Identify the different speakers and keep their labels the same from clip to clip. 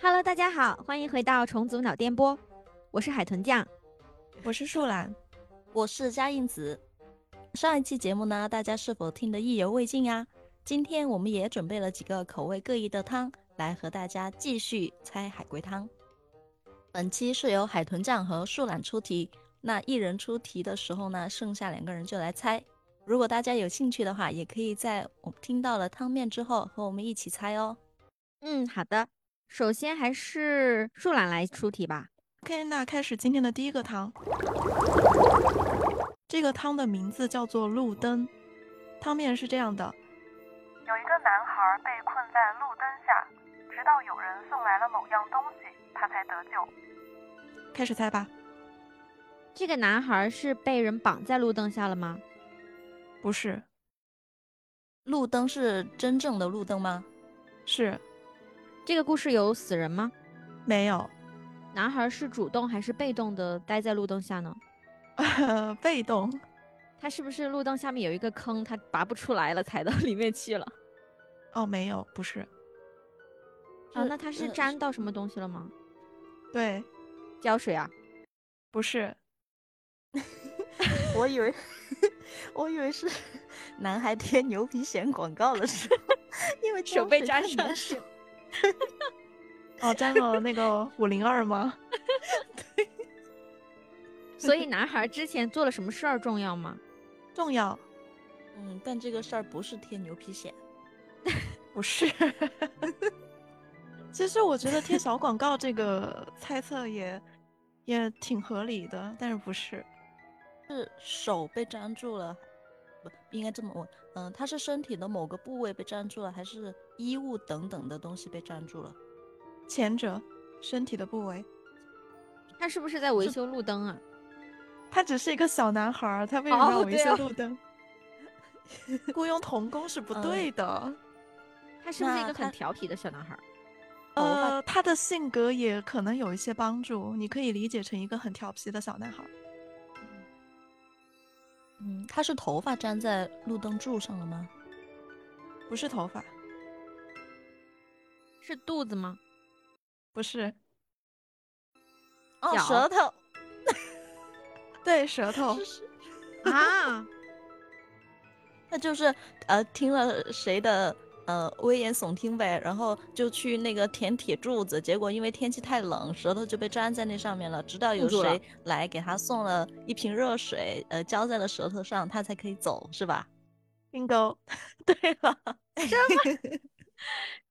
Speaker 1: Hello，大家好，欢迎回到重组脑电波，我是海豚酱。
Speaker 2: 我是树懒，
Speaker 3: 我是嘉应子。上一期节目呢，大家是否听得意犹未尽呀？今天我们也准备了几个口味各异的汤，来和大家继续猜海龟汤。本期是由海豚酱和树懒出题，那一人出题的时候呢，剩下两个人就来猜。如果大家有兴趣的话，也可以在我听到了汤面之后和我们一起猜哦。
Speaker 1: 嗯，好的。首先还是树懒来出题吧。
Speaker 2: OK，那开始今天的第一个汤。这个汤的名字叫做路灯。汤面是这样的：
Speaker 4: 有一个男孩被困在路灯下，直到有人送来了某样东西，他才得救。
Speaker 2: 开始猜吧。
Speaker 1: 这个男孩是被人绑在路灯下了吗？
Speaker 2: 不是，
Speaker 3: 路灯是真正的路灯吗？
Speaker 2: 是
Speaker 1: 这个故事有死人吗？
Speaker 2: 没有，
Speaker 1: 男孩是主动还是被动的待在路灯下呢？
Speaker 2: 被动。
Speaker 1: 他是不是路灯下面有一个坑，他拔不出来了，踩到 里面去了？
Speaker 2: 哦，没有，不是。
Speaker 1: 啊，那他是
Speaker 3: 呃
Speaker 1: 粘到什么东西了吗？
Speaker 2: 对，
Speaker 1: 胶水 啊？
Speaker 2: 不是，
Speaker 3: 我以为，我以为是男孩贴牛皮癣广告的时候，因为
Speaker 1: 手
Speaker 3: 胶
Speaker 1: 被
Speaker 3: 水
Speaker 1: 粘
Speaker 3: 太
Speaker 1: 上
Speaker 3: 粘 手。
Speaker 2: 哦，沾了那个五零二吗？
Speaker 1: 所以男孩之前做了什么事儿重要吗？
Speaker 2: 重要
Speaker 3: 嗯，但这个事儿不是贴牛皮癣，
Speaker 2: 不是。 其实我觉得贴小广告这个猜测也也挺合理的，但是不是？
Speaker 3: 是手被粘住了，不应该这么问。嗯、他是身体的某个部位被粘住了，还是衣物等等的东西被粘住了？
Speaker 2: 前者，身体的部位。
Speaker 1: 他是不是在维修路灯啊？
Speaker 2: 他只是一个小男孩儿，他为什么
Speaker 1: 哦
Speaker 2: 要维
Speaker 1: 对
Speaker 2: 修
Speaker 1: 哦
Speaker 2: 路灯？啊 呃雇佣童工是不
Speaker 3: 嗯
Speaker 2: 对的。哦
Speaker 1: 他是不是一
Speaker 3: 那
Speaker 1: 个很
Speaker 3: 他
Speaker 1: 调皮的小男孩？
Speaker 2: 呃，他的性格也可能有一些帮助，你可以理解成一个很调皮的小男孩儿。
Speaker 3: 嗯，他是头发粘在路灯柱上了吗？
Speaker 2: 不是头发，
Speaker 1: 是肚子吗？
Speaker 2: 不是，
Speaker 3: 哦，
Speaker 1: 脚
Speaker 3: 舌头
Speaker 2: 对，舌头
Speaker 3: 是，是
Speaker 1: 啊，
Speaker 3: 那就是呃，听了谁的呃危言耸听呗，然后就去那个舔铁柱子，结果因为天气太冷，舌头就被粘在那上面了。直到有
Speaker 1: 住了
Speaker 3: 谁来给他送了一瓶热水，呃，浇在了舌头上，他才可以走，是吧？
Speaker 2: bingo。对了，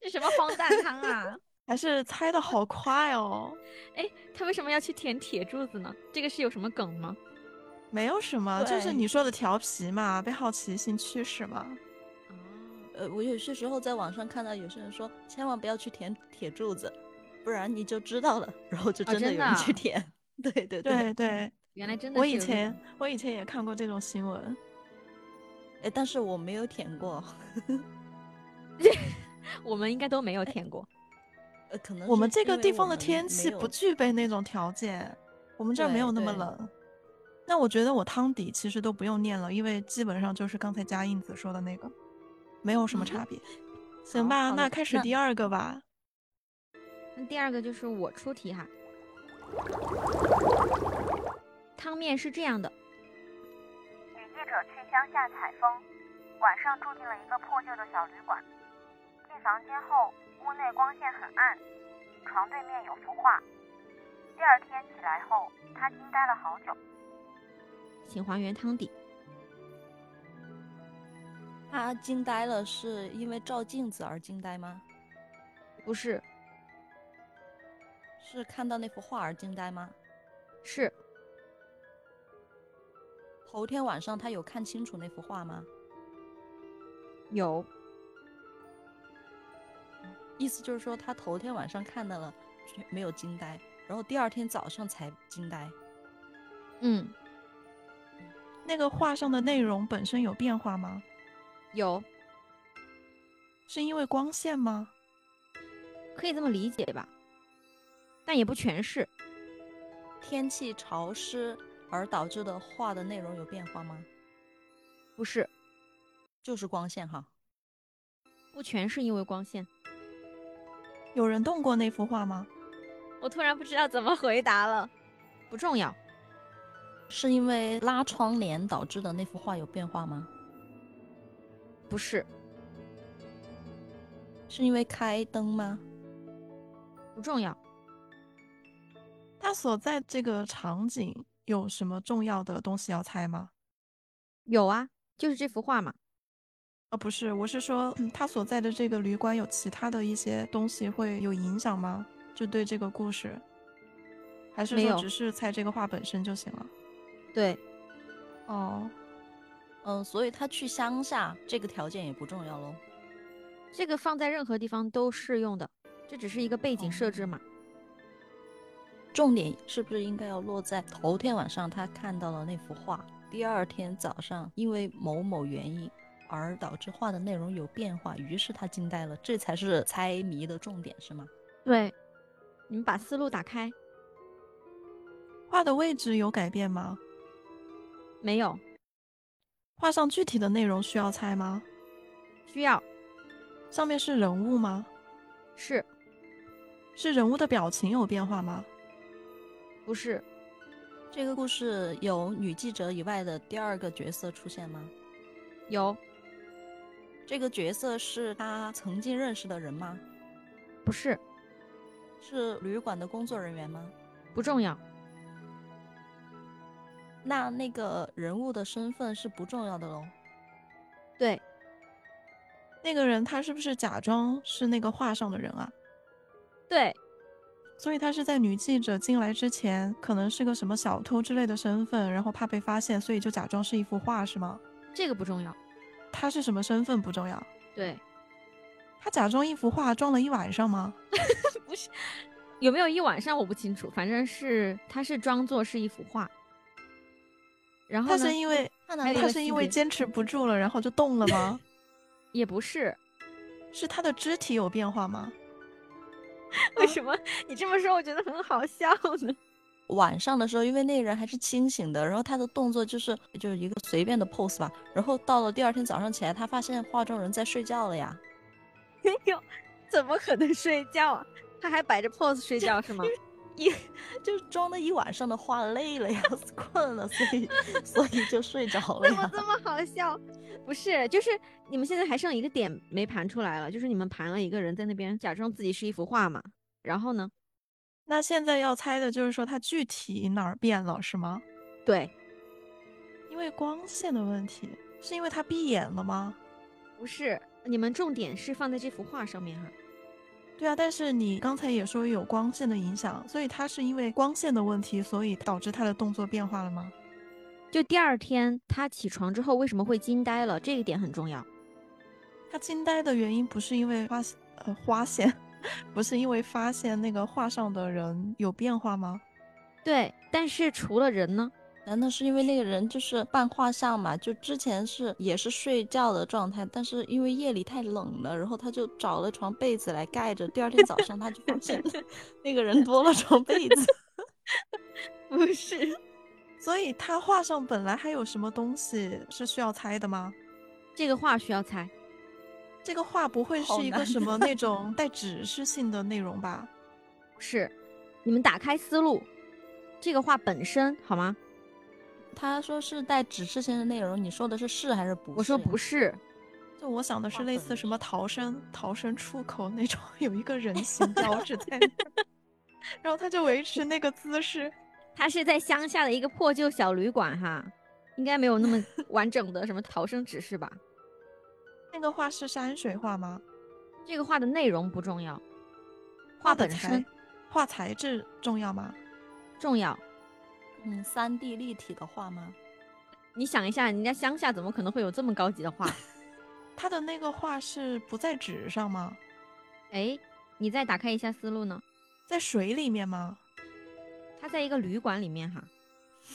Speaker 1: 这什么荒诞汤啊？
Speaker 2: 还是猜的好快哦，
Speaker 1: 哎， 他为什么要去舔铁柱子呢？这个是有什么梗吗？
Speaker 2: 没有什么，就是
Speaker 3: 对
Speaker 2: 你说的调皮嘛，被好奇心驱使嘛。
Speaker 1: 哦
Speaker 3: 呃，我有些时候在网上看到有些人说，千万不要去舔铁柱子，不然你就知道了。然后就
Speaker 2: 哦
Speaker 1: 啊
Speaker 3: 真的
Speaker 1: 真
Speaker 3: 有
Speaker 1: 的
Speaker 3: 人去
Speaker 1: 啊
Speaker 3: 舔。 对对
Speaker 2: 对对，
Speaker 1: 原来真的
Speaker 2: 我
Speaker 1: 是
Speaker 2: 以
Speaker 1: 有这种
Speaker 2: 前我以前也看过这种新闻。
Speaker 3: 哎，但是我没有舔过，
Speaker 1: 我们应该都没有舔过。
Speaker 3: 呃，可能
Speaker 2: 我们
Speaker 3: 是
Speaker 2: 这
Speaker 3: 因
Speaker 2: 个
Speaker 3: 为
Speaker 2: 地
Speaker 3: 我
Speaker 2: 方的
Speaker 3: 们
Speaker 2: 天
Speaker 3: 没
Speaker 2: 气
Speaker 3: 有
Speaker 2: 不具备那种条件，我们这儿没
Speaker 3: 对
Speaker 2: 有那么
Speaker 3: 对
Speaker 2: 冷。那我觉得我汤底其实都不用念了，因为基本上就是刚才佳印子说的那个，没有什么差别。行
Speaker 3: 嗯好
Speaker 2: 吧，
Speaker 3: 好
Speaker 2: 那
Speaker 3: 的
Speaker 2: 开始
Speaker 3: 那
Speaker 2: 第二个吧。
Speaker 1: 那第二个就是我出题哈。汤面是这样的，
Speaker 4: 女记者去乡下采风，晚上住进了一个破旧的小旅馆。进房间后，屋内光线很暗，床对面有幅画。第二天起来后，她惊呆了好久。
Speaker 1: 请还原汤底。
Speaker 3: 他惊呆了，是因为照镜子而惊呆吗？
Speaker 1: 不是，
Speaker 3: 是看到那幅画而惊呆吗？
Speaker 1: 是
Speaker 3: 头天晚上他有看清楚那幅画吗？
Speaker 1: 有
Speaker 3: 意思就是说他头天晚上看到了，却没有惊呆，然后第二天早上才惊呆。
Speaker 1: 嗯
Speaker 2: 那个画上的内容本身有变化吗？
Speaker 1: 有，
Speaker 2: 是因为光线吗？
Speaker 1: 可以这么理解吧，但也不全是。
Speaker 3: 天气潮湿而导致的画的内容有变化吗？
Speaker 1: 不是，
Speaker 3: 就是光线哈。
Speaker 1: 不全是因为光线。
Speaker 2: 有人动过那幅画吗？
Speaker 1: 我突然不知道怎么回答了。不重要，
Speaker 3: 是因为拉窗帘导致的那幅画有变化吗？
Speaker 1: 不是，
Speaker 3: 是因为开灯吗？
Speaker 1: 不重要，
Speaker 2: 他所在这个场景有什么重要的东西要猜吗？
Speaker 1: 有啊，就是这幅画嘛。
Speaker 2: 啊、不是，我是说、嗯他所在的这个旅馆有其他的一些东西会有影响吗？就对这个故事，还是
Speaker 1: 没
Speaker 2: 说
Speaker 1: 有
Speaker 2: 只是猜这个画本身就行了？
Speaker 1: 对，
Speaker 2: 哦，
Speaker 3: 嗯，所以他去乡下这个条件也不重要喽。
Speaker 1: 这个放在任何地方都适用的，这只是一个背景设置
Speaker 3: 哦
Speaker 1: 嘛。
Speaker 3: 重点是不是应该要落在头天晚上他看到了那幅画，第二天早上因为某某原因而导致画的内容有变化，于是他惊呆了，这才是猜谜的重点，是吗？
Speaker 1: 对，你们把思路打开。
Speaker 2: 画的位置有改变吗？
Speaker 1: 没有，
Speaker 2: 画上具体的内容需要猜吗？
Speaker 1: 需要
Speaker 2: 上面是人物吗？
Speaker 1: 是
Speaker 2: 是人物的表情有变化吗？
Speaker 1: 不是？
Speaker 3: 这个故事有女记者以外的第二个角色出现吗？
Speaker 1: 有
Speaker 3: 这个角色是他曾经认识的人吗？
Speaker 1: 不是？
Speaker 3: 是旅馆的工作人员吗？
Speaker 1: 不重要，
Speaker 3: 那那个人物的身份是不重要的喽。
Speaker 1: 对，
Speaker 2: 那个人他是不是假装是那个画上的人啊？
Speaker 1: 对，
Speaker 2: 所以他是在女记者进来之前，可能是个什么小偷之类的身份，然后怕被发现，所以就假装是一幅画，是吗？
Speaker 1: 这个不重要，
Speaker 2: 他是什么身份不重要，
Speaker 1: 对，
Speaker 2: 他假装一幅画装了一晚上吗？
Speaker 1: 有没有一晚上我不清楚，反正是他是装作是一幅画，然后
Speaker 2: 他
Speaker 1: 呢哎
Speaker 2: 是因为
Speaker 1: 还
Speaker 3: 他难
Speaker 1: 有一
Speaker 3: 道
Speaker 2: 他
Speaker 1: 个
Speaker 2: 是
Speaker 1: 细
Speaker 2: 因为
Speaker 1: 节
Speaker 2: 坚持不住了，然后就动了 吗？
Speaker 1: 也不 是，
Speaker 2: 是他的肢体有变化吗？
Speaker 1: 为什么你这么说我觉得很好笑呢？
Speaker 3: 晚上的时候，因为那个人还是清醒的，然后他的动作就是就是一个随便的 pose 吧。然后到了第二天早上起来，他发现画中人在睡觉了呀。
Speaker 1: 没有，怎么可能睡觉啊？他还摆着 pose 睡觉是吗？
Speaker 3: 一就是装了一晚上的画累了呀， 困了，所以所以就睡着 了
Speaker 1: 怎么
Speaker 3: 呀。
Speaker 1: 这么好笑？不是，就是你们现在还剩一个点没盘出来了，就是你们盘了一个人在那边假装自己是一幅画嘛，然后呢？
Speaker 2: 那现在要猜的就是说他具体哪儿变了，是吗？
Speaker 1: 对，
Speaker 2: 因为光线的问题，是因为他闭眼了吗？
Speaker 1: 不是，你们重点是放在这幅画上面哈、
Speaker 2: 对啊，但是你刚才也说有光线的影响，所以他是因为光线的问题，所以导致他的动作变化了吗？
Speaker 1: 就第二天他起床之后为什么会惊呆了，这一点很重要。
Speaker 2: 他惊呆的原因不是因为发现呃发现， 不是因为发现那个画上的人有变化吗？
Speaker 1: 对，但是除了人呢？
Speaker 3: 难道是因为那个人就是扮画像嘛？就之前是也是睡觉的状态，但是因为夜里太冷了，然后他就找了床被子来盖着。第二天早上他就发 现那个人多了床被子。
Speaker 1: 不是，
Speaker 2: 所以他画上本来还有什么东西是需要猜的吗？
Speaker 1: 这个画需要猜。
Speaker 2: 这个画不会
Speaker 3: 好
Speaker 2: 是一个
Speaker 3: 难
Speaker 2: 什么那种带指示性的内容吧？
Speaker 1: 是，你们打开思路，这个画本身好吗？
Speaker 3: 他说是带指示性的内容，你说的是是还是不是呀？
Speaker 1: 我说不是，
Speaker 2: 就我想的是
Speaker 3: 画
Speaker 2: 类
Speaker 3: 本
Speaker 2: 似什
Speaker 3: 是
Speaker 2: 么逃生逃生出口那种，有一个人形标志在那儿然后他就维持那个姿势。
Speaker 1: 它是在乡下的一个破旧小旅馆哈，应该没有那 么完整的什么逃生指示吧？
Speaker 2: 那个画是山水画吗？
Speaker 1: 这个画的内容不重要，画
Speaker 2: 的
Speaker 1: 本
Speaker 2: 材
Speaker 1: 身，
Speaker 2: 画材质重要吗？
Speaker 1: 重要。
Speaker 3: 嗯，三 D 立体的画吗？
Speaker 1: 你想一下，人家乡下怎么可能会有这么高级 的画？
Speaker 2: 他的那个画是不在纸上吗？
Speaker 1: 哎，你再打开一下思路呢？
Speaker 2: 在水里面吗？
Speaker 1: 它在一个旅馆里面哈，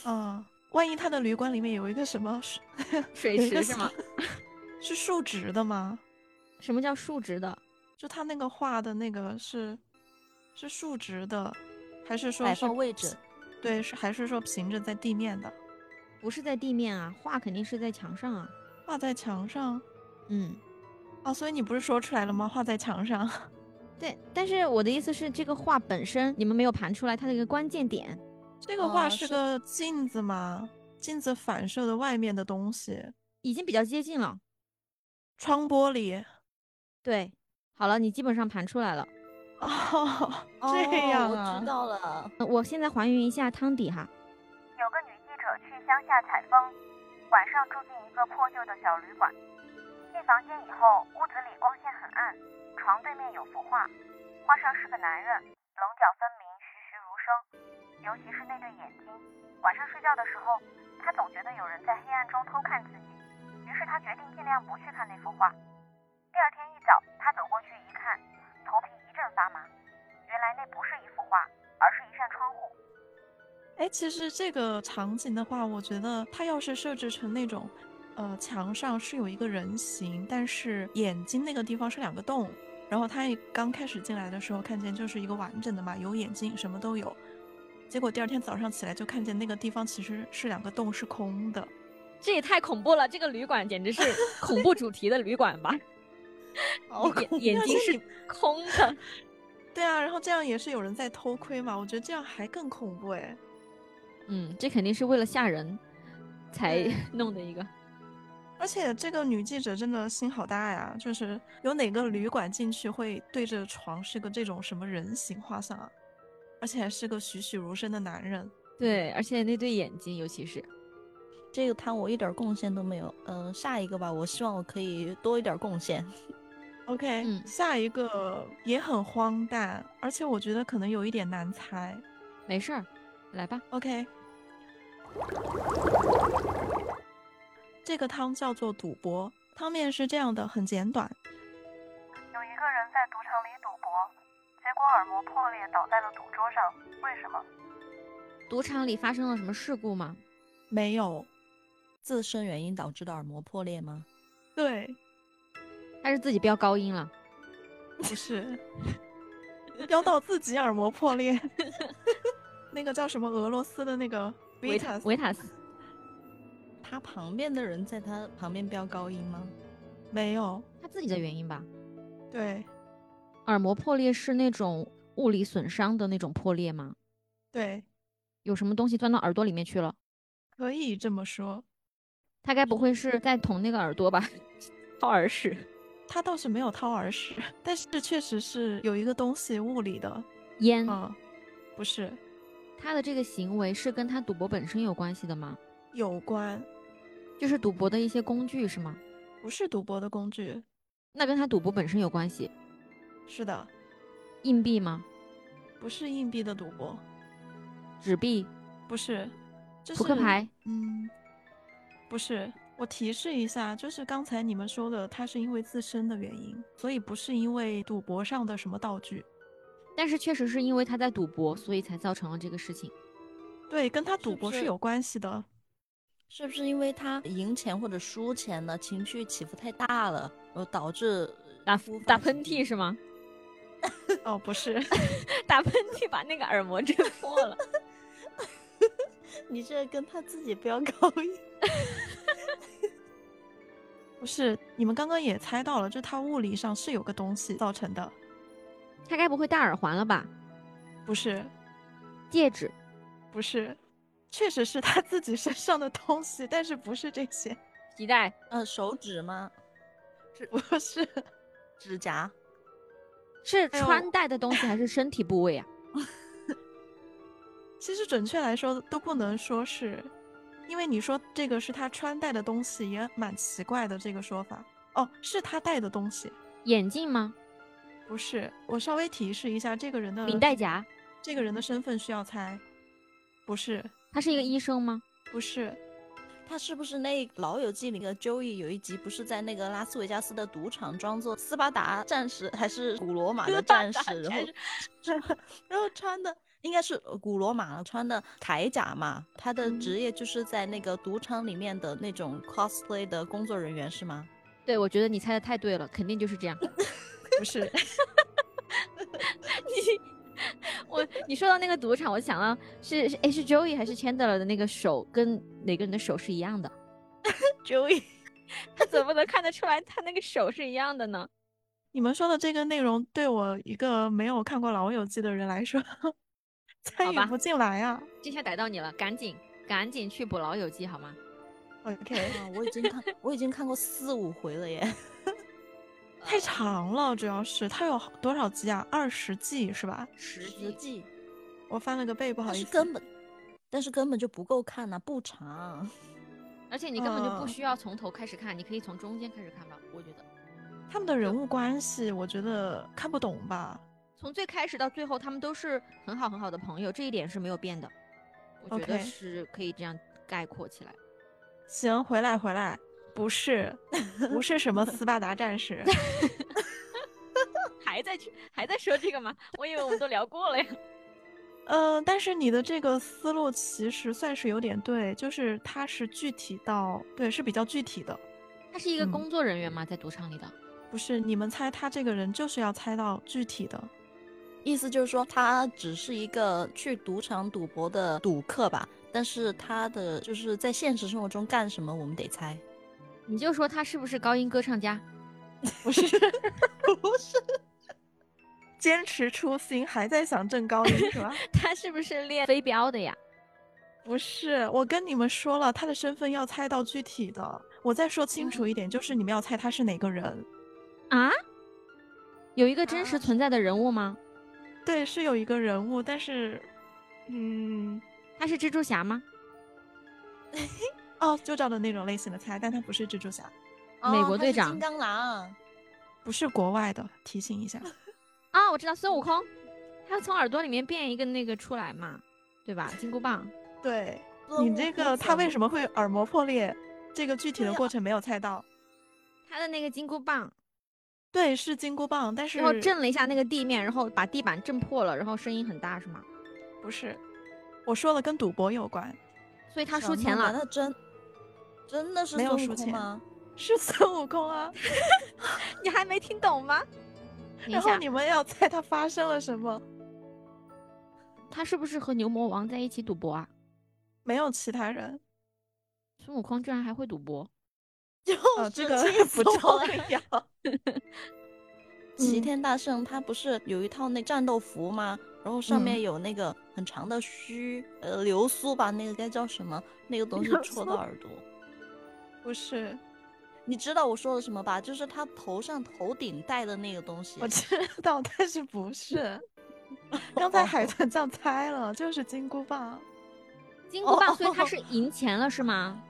Speaker 2: 啊，万一他的旅馆里面有一个什么水
Speaker 1: 水
Speaker 2: 有一个
Speaker 1: 池是吗？
Speaker 2: 是竖直的吗？
Speaker 1: 什么叫竖直的？
Speaker 2: 就他那个画的那个是是竖直的，还是说
Speaker 3: 摆
Speaker 2: 是
Speaker 3: 放位
Speaker 2: 平
Speaker 3: 置？
Speaker 2: 对，是还是说平着在地面的？
Speaker 1: 不是在地面啊，画肯定是在墙上啊。
Speaker 2: 画在墙上哦
Speaker 1: 嗯，
Speaker 2: 啊，所以你不是说出来了吗？画在墙上，
Speaker 1: 对，但是我的意思是，这个画本身你们没有盘出来它的一个关键点。
Speaker 2: 这个画
Speaker 3: 哦
Speaker 2: 是
Speaker 3: 是
Speaker 2: 个镜子嘛，镜子反射的外面的东西，
Speaker 1: 已经比较接近了。
Speaker 2: 窗玻璃。
Speaker 1: 对，好了，你基本上盘出来了。
Speaker 2: 哦，这样
Speaker 3: 我
Speaker 2: 啊
Speaker 3: 知，道了。
Speaker 1: 呃我现在还原一下汤底哈，
Speaker 4: 有个女记者去乡下采风，晚上住进一个破旧的小旅馆。进房间以后，屋子里光线很暗，床对面有幅画，画上是个男人，棱角分明，栩栩如生，尤其是那对眼睛。晚上睡觉的时候，他总觉得有人在黑暗中偷看自己，于是他决定尽量不去看那幅画。第二天一早，他走过去一看，头皮一阵发麻，原来那不是一幅画，而是一扇窗户。
Speaker 2: 哎，其实这个场景的话，我觉得它要是设置成那种，呃，墙上是有一个人形，但是眼睛那个地方是两个洞，然后他一刚开始进来的时候看见就是一个完整的嘛，有眼睛，什么都有，结果第二天早上起来就看见那个地方其实是两个洞，是空的。
Speaker 1: 这也太恐怖了，这个旅馆简直 是恐怖主题的旅馆 吧？
Speaker 2: 好恐怖
Speaker 1: 眼眼
Speaker 2: 但
Speaker 1: 睛
Speaker 2: 是
Speaker 1: 是
Speaker 2: 你
Speaker 1: 空的，
Speaker 2: 对啊，然后这样也是有人在偷窥嘛，我觉得这样还更恐怖哎。
Speaker 1: 嗯，这肯定是为了吓 人才
Speaker 2: 对
Speaker 1: 弄的一个。
Speaker 2: 而且这个女记者真的心好大呀，就是有哪个旅馆进去会对着床是个这种什么人形画像啊，而且还是个栩栩如生的男人。
Speaker 1: 对，而且那对眼睛，尤其是
Speaker 3: 这个汤我一点儿贡献都没有。嗯、下一个吧，我希望我可以多一点儿贡献。
Speaker 2: OK，、
Speaker 1: 嗯
Speaker 2: 下一个也很荒诞，而且我觉得可能有一点难猜。
Speaker 1: 没事儿，来吧。
Speaker 2: OK，这个汤叫做赌博，汤面是这样的，很简短。
Speaker 4: 有一个人在赌场里赌博，结果耳膜破裂倒在了赌桌上，为什么？
Speaker 1: 赌场里发生了什么事故吗？
Speaker 2: 没有，
Speaker 3: 自身原因导致的耳膜破裂吗？
Speaker 2: 对，
Speaker 1: 他是自己飙高音了。
Speaker 2: 不是，飙到自己耳膜 破裂。那个叫什么俄罗斯的那个
Speaker 1: 维
Speaker 2: 维塔斯
Speaker 1: 维塔斯，
Speaker 3: 他旁边的人在他旁边飙高音吗？
Speaker 2: 没有，
Speaker 1: 他自己的原因吧？
Speaker 2: 对
Speaker 1: 耳膜破裂是那种物理损伤的那种破裂吗？
Speaker 2: 对，
Speaker 1: 有什么东西钻到耳朵里面去了？
Speaker 2: 可以这么说。
Speaker 1: 他该不会是在捅那个耳朵吧？ 掏耳屎？
Speaker 2: 他倒是没有掏耳屎，但是确实是有一个东西物理的，
Speaker 1: 烟？
Speaker 2: 嗯，不是
Speaker 1: 他的这个行为是跟他赌博本身有关系的吗？
Speaker 2: 有关，
Speaker 1: 就是赌博的一些工具是吗？
Speaker 2: 不是赌博的工具，
Speaker 1: 那跟他赌博本身有关系？
Speaker 2: 是的，
Speaker 1: 硬币吗？
Speaker 2: 不是硬币的赌博，
Speaker 1: 纸币？
Speaker 2: 不是，这是
Speaker 1: 扑克牌？
Speaker 2: 嗯，不是，我提示一下，就是刚才你们说的，他是因为自身的原因，所以不是因为赌博上的什么道具。
Speaker 1: 但是确实是因为他在赌博，所以才造成了这个事情。
Speaker 2: 对，跟他
Speaker 3: 是
Speaker 2: 赌
Speaker 3: 不
Speaker 2: 博是
Speaker 3: 是
Speaker 2: 有关系的。
Speaker 3: 是不是因为他赢钱或者输钱呢，情绪起伏太大了，呃，导致
Speaker 1: 打
Speaker 3: 突发
Speaker 1: 打
Speaker 3: 疾
Speaker 1: 喷
Speaker 3: 病
Speaker 1: 嚏是吗？
Speaker 2: 哦，不是，
Speaker 1: 打喷嚏把那个耳膜震破 了。
Speaker 3: 你这跟他自己飙高 音，
Speaker 2: 不是，你们刚刚也猜到了，就是他物理上是有个东西造成的，
Speaker 1: 他该不会戴耳环了吧？
Speaker 2: 不是，
Speaker 1: 戒指？
Speaker 2: 不是，确实是他自己身上的东西，但是不是这些，
Speaker 1: 皮带？
Speaker 3: 呃，手指吗？
Speaker 2: 不是，
Speaker 3: 指甲？
Speaker 1: 是
Speaker 2: 哎呦
Speaker 1: 穿戴的东西还是身体部位啊？
Speaker 2: 其实准确来说都不能说是，因为你说这个是他穿戴的东西也蛮奇怪的这个说法。哦，是他戴的东西，
Speaker 1: 眼镜吗？
Speaker 2: 不是。我稍微提示一下，这个人的
Speaker 1: 领带，夹？
Speaker 2: 这个人的身份需要猜，不是，
Speaker 1: 他是一个医生吗？
Speaker 2: 不是，
Speaker 3: 他是不是那《老友记》里的 Joey 有一集不是在那个拉斯维加斯的赌场装作斯巴达战士还是古罗马的战士，然后然后穿的应该是呃古罗马穿的铠甲嘛？他的
Speaker 2: 嗯
Speaker 3: 职业就是在那个赌场里面的那种 cosplay 的工作人员是吗？
Speaker 1: 对，我觉得你猜的太对了，肯定就是 这样。
Speaker 2: 不是，
Speaker 1: 你 我你说到那个赌场，我想到是是诶是 Joey 还是 Chandler 的那个手跟哪个人的手是一样的？
Speaker 3: Joey，
Speaker 1: 他怎么能看得出来他那个手是一样的呢？
Speaker 2: 你们说的这个内容对我一个没有看过《老友记》的人来说， 参
Speaker 1: 好
Speaker 2: 与
Speaker 1: 吧
Speaker 2: 不进来啊。
Speaker 1: 这下逮到你了，赶紧赶紧去补《老友记》好吗？
Speaker 2: OK，
Speaker 3: 啊， 我已经看，我已经看过四五回了耶。
Speaker 2: 太长了，主要是它有好多少集啊？二十季是吧？
Speaker 1: 十
Speaker 3: 实际，
Speaker 2: 我翻了个背，不好
Speaker 3: 但
Speaker 2: 意
Speaker 3: 是
Speaker 2: 思。
Speaker 3: 根本，但是根本就不够看呐、不长。
Speaker 1: 而且你根本就不
Speaker 2: 嗯
Speaker 1: 需要从头开始看，你可以从中间开始看吧，我觉得。
Speaker 2: 他们的人物关系，我觉得看不懂吧。
Speaker 1: 从最开始到最后，他们都是很好很好的朋友，这一点是没有变的。我觉得
Speaker 2: OK
Speaker 1: 是可以这样概括起来。
Speaker 2: 行，回来回来，不 是不是什么斯巴达战士，
Speaker 1: 还在去还在说这个吗？我以为我们都聊过了呀。
Speaker 2: 嗯、但是你的这个思路其实算是有点对，就是它是具体到，对，是比较具体的，
Speaker 1: 他是一个
Speaker 2: 嗯
Speaker 1: 工作人员吗？在赌场里的？
Speaker 2: 不是你们猜他这个人就是要猜到具体的，
Speaker 3: 意思就是说，他只是一个去赌场赌博的赌客吧，但是他的就是在现实生活中干什么，我们得猜。
Speaker 1: 你就说他是不是高音歌唱家？
Speaker 2: 不是不是，坚持初心还在想挣高音是吧？
Speaker 1: 他是不是练飞镖的呀？
Speaker 2: 不是，我跟你们说了，他的身份要猜到具体的。我再说清楚一点，就是你们要猜他是哪个人。
Speaker 1: 啊？有一个真实存在的人物吗？
Speaker 2: 对，是有一个人物，但是，嗯，
Speaker 1: 他是蜘蛛侠吗？
Speaker 2: 哦，就照着那种类型的猜，但他不是蜘蛛侠，
Speaker 1: 美
Speaker 3: 哦
Speaker 1: 国
Speaker 3: 他
Speaker 1: 队
Speaker 3: 是
Speaker 1: 长
Speaker 3: 金刚狼。
Speaker 2: 不是国外的，提醒 一下。
Speaker 1: 啊，我知道孙悟空，他从耳朵里面变一个那个出来嘛，对吧？金箍棒。
Speaker 2: 对
Speaker 1: 哦
Speaker 3: 孙悟
Speaker 2: 你这
Speaker 3: 空
Speaker 2: 个，他
Speaker 3: 怎
Speaker 2: 为
Speaker 3: 么
Speaker 2: 什么会耳膜破裂？这个具体的
Speaker 3: 对
Speaker 2: 过程没有猜到。
Speaker 1: 他的那个金箍棒，
Speaker 2: 对，是金箍棒，但是
Speaker 1: 然后震了一下那个地面，然后把地板震破了，然后声音很大，是吗？
Speaker 2: 不是。我说了跟赌博有关，
Speaker 1: 所以他输
Speaker 3: 想
Speaker 1: 钱
Speaker 3: 不到
Speaker 1: 了。
Speaker 3: 他真真的是
Speaker 2: 没有
Speaker 3: 孙悟空
Speaker 2: 输钱
Speaker 3: 吗？
Speaker 2: 是孙悟 空啊。
Speaker 1: 你还没听懂吗？ 等一
Speaker 2: 然后
Speaker 1: 下，
Speaker 2: 你们要猜他发生了什么？
Speaker 1: 他是不是和牛魔王在一起赌博啊？
Speaker 2: 没有其他人。
Speaker 1: 孙悟空居然还会赌博？
Speaker 3: 就
Speaker 2: 哦，
Speaker 3: 是
Speaker 2: 这个
Speaker 3: 气 死
Speaker 2: 不
Speaker 3: 我
Speaker 2: 重
Speaker 3: 了。
Speaker 1: 啊
Speaker 2: 要。
Speaker 3: 齐
Speaker 2: 嗯
Speaker 3: 天大圣他不是有一套那战斗服吗？然后上面有那个很长的须，呃，流苏吧，那个该叫什么？那个东西
Speaker 2: 流
Speaker 3: 戳
Speaker 2: 苏
Speaker 3: 到耳朵。
Speaker 2: 嗯不是，
Speaker 3: 你知道我说的什么吧？就是他头上头顶戴的那个东西
Speaker 2: 我。知道，但是不是。刚才 海豚酱猜了，就是金箍棒，
Speaker 1: 金箍棒，所以他是赢钱了是吗？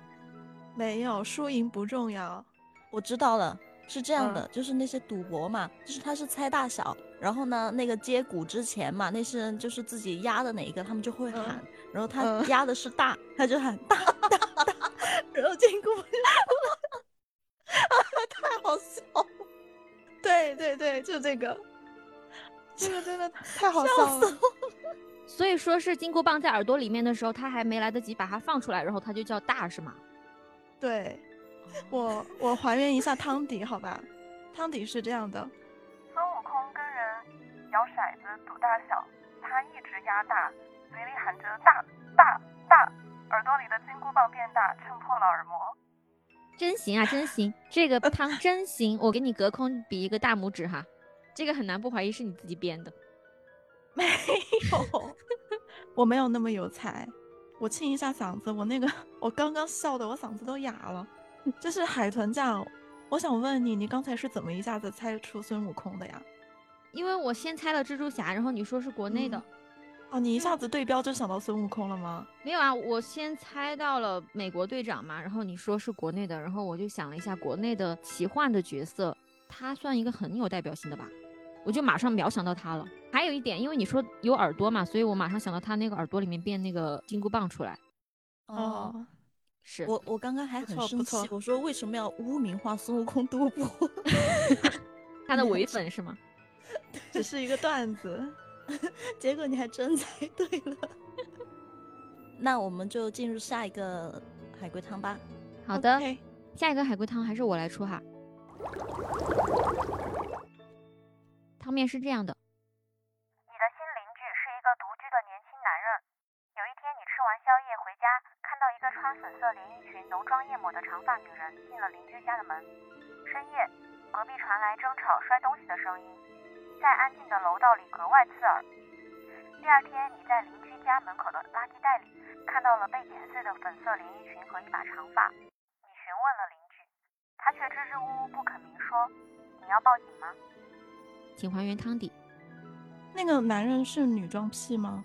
Speaker 2: 没有输赢不重要。
Speaker 3: 我知道了，是这样的，
Speaker 2: 嗯
Speaker 3: 就是那些赌博嘛，就是他是猜大小，然后呢，那个接骨之前嘛，那些人就是自己压的哪一个，他们就会
Speaker 2: 嗯
Speaker 3: 喊，然后他
Speaker 2: 嗯
Speaker 3: 压的是大，他就喊大大大，然后金箍 棒，太好笑了，
Speaker 2: 对对对，就这个，这个真的太好笑
Speaker 3: 笑死
Speaker 2: 了。
Speaker 3: 我！
Speaker 1: 所以说是金箍棒在耳朵里面的时候，他还没来得及把它放出来，然后他就叫大是吗？
Speaker 2: 对我，我还原一下汤底，好吧？汤底是这样的，
Speaker 4: 孙悟空跟人摇骰子赌大小，他一直压大，嘴里喊着大大大，耳朵里的金箍棒变大，撑破了耳膜。
Speaker 1: 真行啊，真行！这个汤真行，我给你隔空比一个大拇指哈。这个很难不怀疑是你自己编的。
Speaker 2: 没有，我没有那么有才。我清一下嗓子，我那个我刚刚笑的我嗓子都哑了。
Speaker 1: 嗯
Speaker 2: 就是海豚酱，我想问你，你刚才是怎么一下子猜出孙悟空的呀？
Speaker 1: 因为我先猜了蜘蛛侠，然后你说是国内的，
Speaker 2: 哦，你一下子对标就想到孙悟空了吗？
Speaker 1: 没有啊？我先猜到了美国队长嘛，然后你说是国内的，然后我就想了一下国内的奇幻的角色，他算一个很有代表性的吧，我就马上秒想到他了。还有一点，因为你说有耳朵嘛，所以我马上想到他那个耳朵里面变那个金箍棒出来，
Speaker 3: 哦，，
Speaker 1: 是
Speaker 3: 我我刚刚还
Speaker 2: 不
Speaker 3: 很
Speaker 2: 错不
Speaker 3: 生
Speaker 2: 错
Speaker 3: 气，我说为什么要污名化孙悟空赌博？
Speaker 1: 他的伪粉是吗？
Speaker 2: 只是一个段子。
Speaker 3: 结果你还真猜对了。 那我们就进入下一个海龟汤吧。
Speaker 1: 好的
Speaker 2: OK，
Speaker 1: 下一个海龟汤还是我来出哈。汤面是这样的，
Speaker 4: 你的新邻居是一个独居的年轻男人。有一天，你吃完宵夜回家，看到一个穿粉色连衣裙、浓妆艳抹的长发女人进了邻居家的门。深夜，隔壁床传来争吵、摔东西的声音，在安静的楼道里格外刺耳。第二天，你在邻居家门口的垃圾袋里看到了被剪碎的粉色连衣裙和一把长发。你询问了邻居，他却支支吾吾不肯明说。你要报警吗？
Speaker 1: 请还原汤底。
Speaker 2: 那个男人是女装癖吗？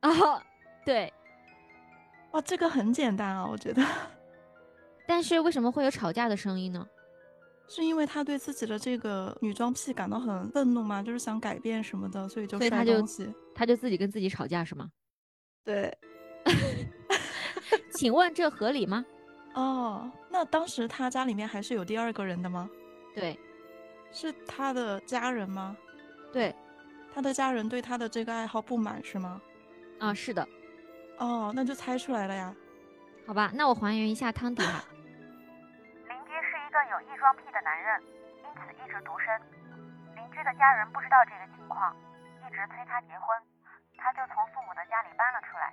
Speaker 1: 哦，对，
Speaker 2: 哇，这个很简单啊，我觉得
Speaker 1: 但是为什么会有吵架的声音呢？
Speaker 2: 是因为他对自己的这个女装癖感到很愤怒嘛，就是想改变什么的，所以就
Speaker 1: 所以他
Speaker 2: 摔
Speaker 1: 就
Speaker 2: 东西。
Speaker 1: 他就自己跟自己吵架是吗？
Speaker 2: 对，
Speaker 1: 请问这合理吗？
Speaker 2: 哦，那当时他家里面还是有第二个人的吗？
Speaker 1: 对
Speaker 2: 是他的家人吗？
Speaker 1: 对
Speaker 2: 他的家人对他的这个爱好不满是吗？
Speaker 1: 啊，是的，
Speaker 2: 哦，那就猜出来了呀。
Speaker 1: 好吧，那我还原一下汤底吧。
Speaker 4: 邻居是一个有异装癖的男人，因此一直独身。邻居的家人不知道这个情况，一直催他结婚，他就从父母的家里搬了出来。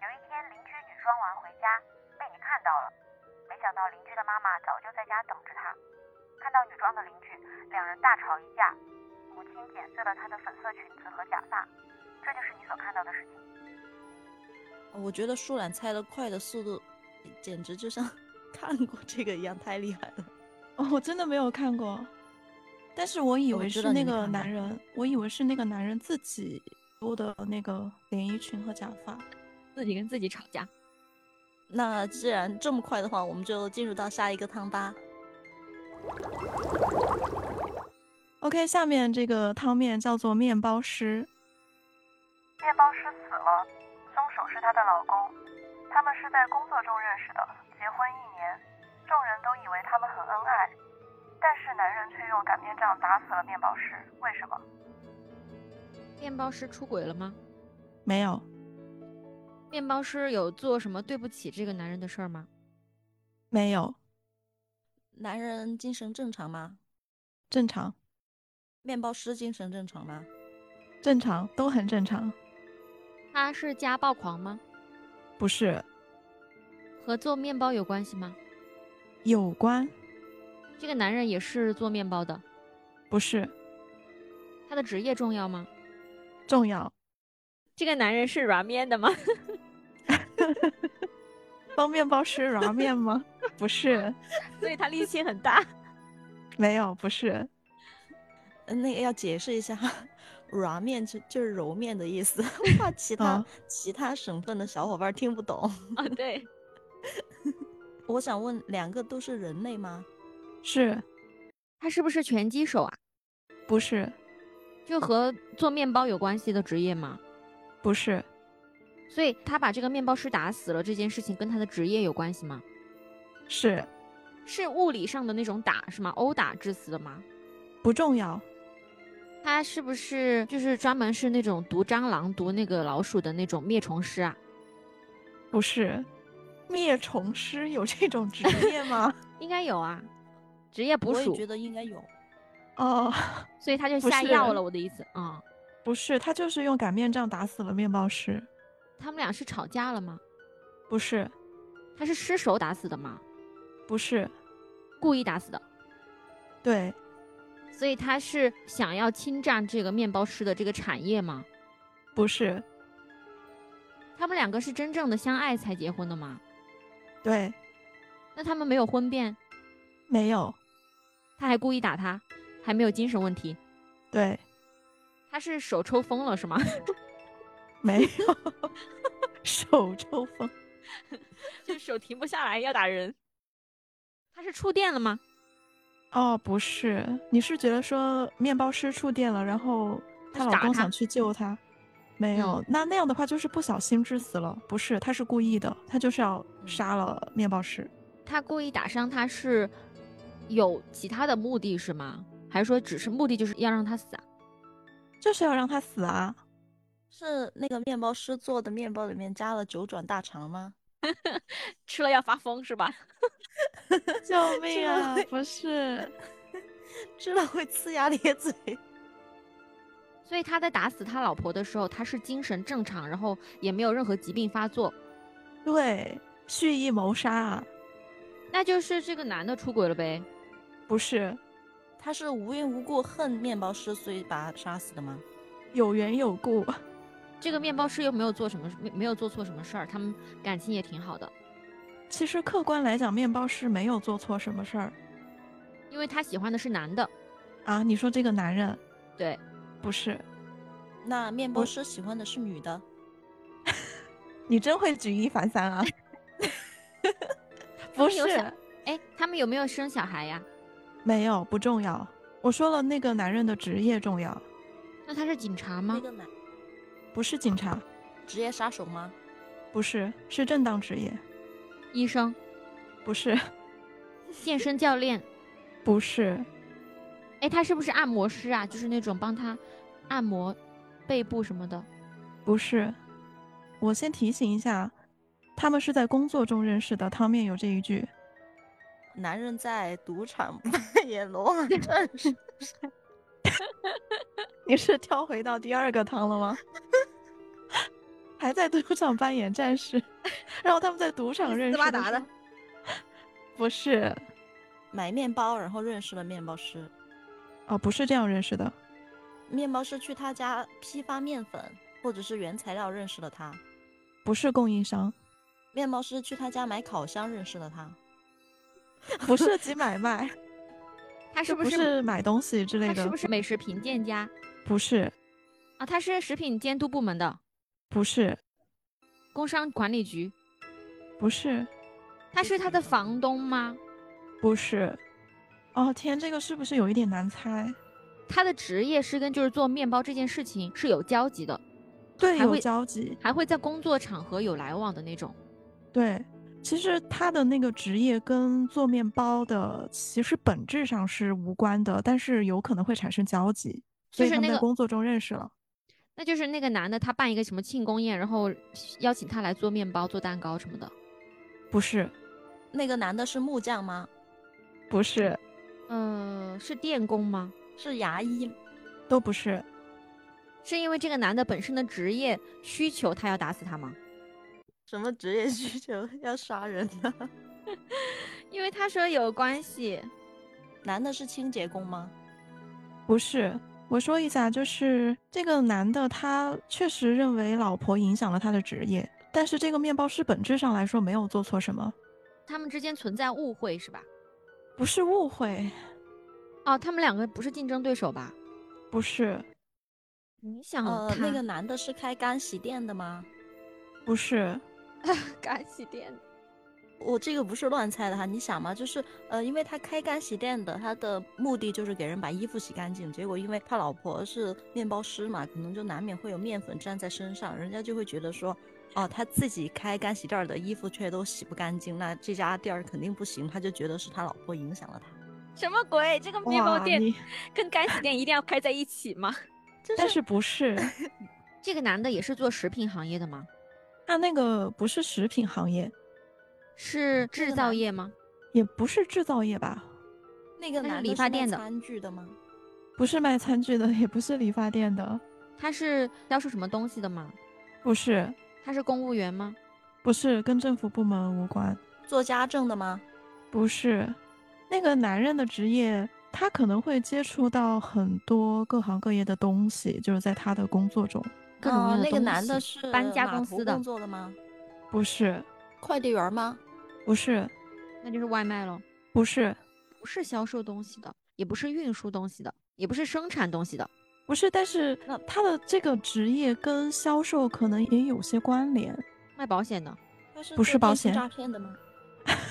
Speaker 4: 有一天，邻居女装完回家，被你看到了。没想到邻居的妈妈早就在家等着他。看到女装的邻居，两人大吵一架，母亲剪碎了她的粉色裙子和假发。这就是你所看到的事情。
Speaker 3: 我觉得舒兰猜的快的速度，简直就像 看过这个一样，太厉害了。
Speaker 2: 哦，我真的没有看过，但是我以
Speaker 3: 哦我
Speaker 2: 为
Speaker 3: 知
Speaker 2: 是
Speaker 3: 道你
Speaker 2: 那
Speaker 3: 没
Speaker 2: 个
Speaker 3: 看过
Speaker 2: 男人，我以为是那个男人自己做的那个连衣裙和假发。
Speaker 1: 自己跟自己吵架。
Speaker 3: 那既然这么快的话，我们就进入到下一个汤吧。
Speaker 2: OK，下面这个汤面叫做面包师。
Speaker 4: 面包师死了，凶手是她的老公，他们是在工作中认识的，结婚一年，众人都以为他们很恩爱，但是男人却用擀面杖打死了面包师，为什么？
Speaker 1: 面包师出轨了吗？
Speaker 2: 没有，
Speaker 1: 面包师有做什么对不起这个男人的事儿吗？
Speaker 2: 没有，
Speaker 3: 男人精神正常吗？
Speaker 2: 正常，
Speaker 3: 面包师精神正常吗？
Speaker 2: 正常，都很正常。
Speaker 1: 他是家暴狂吗？
Speaker 2: 不是
Speaker 1: 和做面包有关系吗？
Speaker 2: 有关，
Speaker 1: 这个男人也是做面包的，
Speaker 2: 不是
Speaker 1: 他的职业重要吗？
Speaker 2: 重要，
Speaker 1: 这个男人是软面的吗？
Speaker 2: 帮面包师揉面吗？ 不是，
Speaker 1: 所以他力气很大。
Speaker 2: 没有，不是。
Speaker 3: 呃那个要解释一下，软面就就是揉面的意思， 怕其他、
Speaker 1: 嗯
Speaker 2: 啊
Speaker 3: 其他省份的小伙伴听不懂。
Speaker 1: 啊，对，
Speaker 3: 我想问，两个都是人类吗？
Speaker 2: 是
Speaker 1: 他是不是拳击手啊？
Speaker 2: 不是？
Speaker 1: 就和做面包有关系的职业吗？
Speaker 2: 不是，
Speaker 1: 所以他把这个面包师打死了这件事情跟他的职业有关系吗？
Speaker 2: 是
Speaker 1: 是物理上的那种打是吗？殴打致死的吗？
Speaker 2: 不重要，
Speaker 1: 他是不是就是专门是那种毒蟑螂、毒那个老鼠的那种灭虫师啊？
Speaker 2: 不是。灭虫师有这种职业吗？
Speaker 1: 应该有啊，职业捕
Speaker 3: 我也
Speaker 1: 鼠
Speaker 3: 觉，得应该有。
Speaker 2: 哦，
Speaker 1: 所以他就
Speaker 2: 不
Speaker 1: 下
Speaker 2: 是
Speaker 1: 药了。我的意思啊、
Speaker 2: 不是，他就是用擀面杖打死了面包师。
Speaker 1: 他们俩是吵架了吗？
Speaker 2: 不是，
Speaker 1: 他是失手打死的吗？
Speaker 2: 不是，
Speaker 1: 故意打死的，
Speaker 2: 对，
Speaker 1: 所以他是想要侵占这个面包师的这个产业吗？
Speaker 2: 不是，
Speaker 1: 他们两个是真正的相爱才结婚的吗？
Speaker 2: 对，
Speaker 1: 那他们没有婚变，
Speaker 2: 没有，
Speaker 1: 他还故意打他，还没有精神问题，
Speaker 2: 对，
Speaker 1: 他是手抽风了是吗？
Speaker 2: 没有， 手抽风，
Speaker 1: 就手停不下来要打人。他是触电了吗？
Speaker 2: 哦，不是，你是觉得说面包师触电了，然后
Speaker 1: 他去
Speaker 2: 她老
Speaker 1: 打
Speaker 2: 公
Speaker 1: 她
Speaker 2: 想去救她，没有，那那样的话就是不小心致死了，不是，他是故意的，他就是要杀了面包师，
Speaker 1: 他故意打伤他是有其他的目的是吗？还是说只是目的就是要让他死啊？
Speaker 2: 就是要让他死啊，
Speaker 3: 是那个面包师做的面包里面加了九转大肠吗？
Speaker 1: 吃了要发疯是吧？
Speaker 2: 救命啊
Speaker 3: 这个！
Speaker 2: 不是，
Speaker 3: 知道会呲牙咧嘴。
Speaker 1: 所以他在打死他老婆的时候，他是精神正常，然后也没有任何疾病发作，
Speaker 2: 对，蓄意谋杀啊，
Speaker 1: 那就是这个男的出轨了呗。
Speaker 2: 不是，
Speaker 3: 他是无缘无故恨面包师，所以把他杀死的吗？
Speaker 2: 有缘有故。
Speaker 1: 这个面包师又没有做什么，没没有做错什么事儿，他们感情也挺好的，
Speaker 2: 其实客观来讲，面包师没有做错什么事儿
Speaker 1: 因为他喜欢的是男的，
Speaker 2: 啊。你说这个男人
Speaker 1: 对，
Speaker 2: 不是？
Speaker 3: 那面包
Speaker 2: 我
Speaker 3: 师喜欢的是女的，
Speaker 2: 你真会举一反三啊！
Speaker 1: 他
Speaker 2: 不
Speaker 1: 们有
Speaker 2: 是
Speaker 1: 想，哎，他们有没有生小孩呀？
Speaker 2: 没有不重要。我说了，那个男人的职业重要，
Speaker 1: 那他是警察
Speaker 3: 那
Speaker 1: 吗？
Speaker 3: 个男
Speaker 2: 不是警察，
Speaker 3: 职业杀手吗？
Speaker 2: 不是是正当职业，
Speaker 1: 医生、
Speaker 2: 不是
Speaker 1: 健身教练，
Speaker 2: 不是
Speaker 1: 哎，他是不是按摩师啊？就是那种帮他按摩背部什么的。
Speaker 2: 不是。我先提醒一下，他们是在工作中认识的。汤面有这一句，
Speaker 3: 男人在 赌场扮演罗马战士，
Speaker 2: 你是跳回到第二个汤了吗？ 还在赌场扮演战士， 然后他们在赌场认识
Speaker 1: 斯巴达
Speaker 2: 的
Speaker 1: 的
Speaker 2: 时候，不是
Speaker 3: 买面包，然后认识了面包师。
Speaker 2: 哦，不是这样认识的，
Speaker 3: 面包师去他家批发面粉或者是原材料认识了他，
Speaker 2: 不是供应商，
Speaker 3: 面包师去他家买烤箱认识了他，
Speaker 2: 不涉及买卖，
Speaker 1: 他是
Speaker 2: 这
Speaker 1: 不
Speaker 2: 不是买东西之类
Speaker 1: 他
Speaker 2: 的，
Speaker 1: 是不是美食评鉴家
Speaker 2: 不是
Speaker 1: 啊？他是食品监督部门的
Speaker 2: 不是
Speaker 1: 工商管理局，
Speaker 2: 不是
Speaker 1: 他是他的房东吗？
Speaker 2: 不是，哦天，这个是不是有一点难猜？
Speaker 1: 他的职业是跟就是做面包这件事情是有交集的，
Speaker 2: 对，
Speaker 1: 还
Speaker 2: 有
Speaker 1: 会
Speaker 2: 交集，
Speaker 1: 还会在工作场合有来往的那种。
Speaker 2: 对。其实他的那个职业跟做面包的其实本质上是无关的，但是有可能会产生交集，
Speaker 1: 就
Speaker 2: 所以
Speaker 1: 是
Speaker 2: 他们
Speaker 1: 那
Speaker 2: 在
Speaker 1: 个，
Speaker 2: 工作中认识了。
Speaker 1: 那就是那个男的，他办一个什么庆功宴，然后邀请他来做面包、做蛋糕什么的。
Speaker 2: 不是，
Speaker 3: 那个男的是木匠吗？
Speaker 2: 不是，
Speaker 1: 呃，是电工吗？
Speaker 3: 是牙医吗？
Speaker 2: 都不是，
Speaker 1: 是因为这个男的本身的职业需求，他要打死他吗？
Speaker 3: 什么职业需求要杀人呢？
Speaker 1: 因为他说有关系，
Speaker 3: 男的是清洁工吗？
Speaker 2: 不是。我说一下，就是这个男的，他确实认为老婆影响了他的职业，但是这个面包师本质上来说没有做错什么，
Speaker 1: 他们之间存在误会是吧？
Speaker 2: 不是误会，
Speaker 1: 哦，他们两个不是竞争对手吧？
Speaker 2: 不是，
Speaker 1: 你想
Speaker 3: 呃，那
Speaker 1: 哦他
Speaker 3: 个男的是开干洗店的吗？
Speaker 2: 不是，
Speaker 1: 干洗店的
Speaker 3: 我这个不是乱猜的哈，你想嘛，就是呃，因为他开干洗店的，他的目的就是给人把衣服洗干净。结果因为他老婆是面包师嘛，可能就难免会有面粉沾在身上，人家就会觉得说，哦，他自己开干洗店儿的衣服却都洗不干净，那这家店儿肯定不行。他就觉得是他老婆影响了他，
Speaker 1: 什么鬼？这个面包
Speaker 2: 哇，
Speaker 1: 店
Speaker 2: 你，
Speaker 1: 跟干洗店一定要开在一起吗？
Speaker 2: 但是不是，
Speaker 1: 这个男的也是做食品行业的吗？
Speaker 2: 他那个不是食品行业，
Speaker 1: 是
Speaker 3: 这个
Speaker 1: 制造
Speaker 3: 男
Speaker 1: 业吗？
Speaker 2: 也不是制造业吧，
Speaker 3: 那个
Speaker 1: 那是
Speaker 3: 男
Speaker 1: 理
Speaker 3: 的
Speaker 1: 发
Speaker 3: 卖
Speaker 1: 店的
Speaker 3: 餐具的吗？
Speaker 2: 不是卖餐具的，也不是理发店的，
Speaker 1: 他是销售什么东西的吗？
Speaker 2: 不是，
Speaker 1: 他是公务员吗？
Speaker 2: 不是跟政府部门无关，
Speaker 3: 做家政的吗？
Speaker 2: 不是，那个男人的职业，他可能会接触到很多各行各业的东西，就是在他的工作中。
Speaker 1: 各种各
Speaker 3: 哦
Speaker 1: 样的
Speaker 3: 那个
Speaker 1: 东
Speaker 3: 男的
Speaker 1: 西
Speaker 3: 是
Speaker 1: 搬家
Speaker 3: 码
Speaker 1: 公
Speaker 3: 头
Speaker 1: 司的
Speaker 3: 工，作的吗？
Speaker 2: 不是，
Speaker 3: 快递员儿吗？
Speaker 2: 不是，
Speaker 1: 那就是外卖喽。
Speaker 2: 不是，
Speaker 1: 不是销售东西的，也不是运输东西的，也不是生产东西的。
Speaker 2: 不是。但是
Speaker 3: 那
Speaker 2: 他的这个职业跟销售可能也有些关联，
Speaker 1: 卖保险的，
Speaker 3: 他是
Speaker 2: 不
Speaker 3: 做
Speaker 2: 是保
Speaker 3: 电信
Speaker 2: 险
Speaker 3: 诈骗的吗？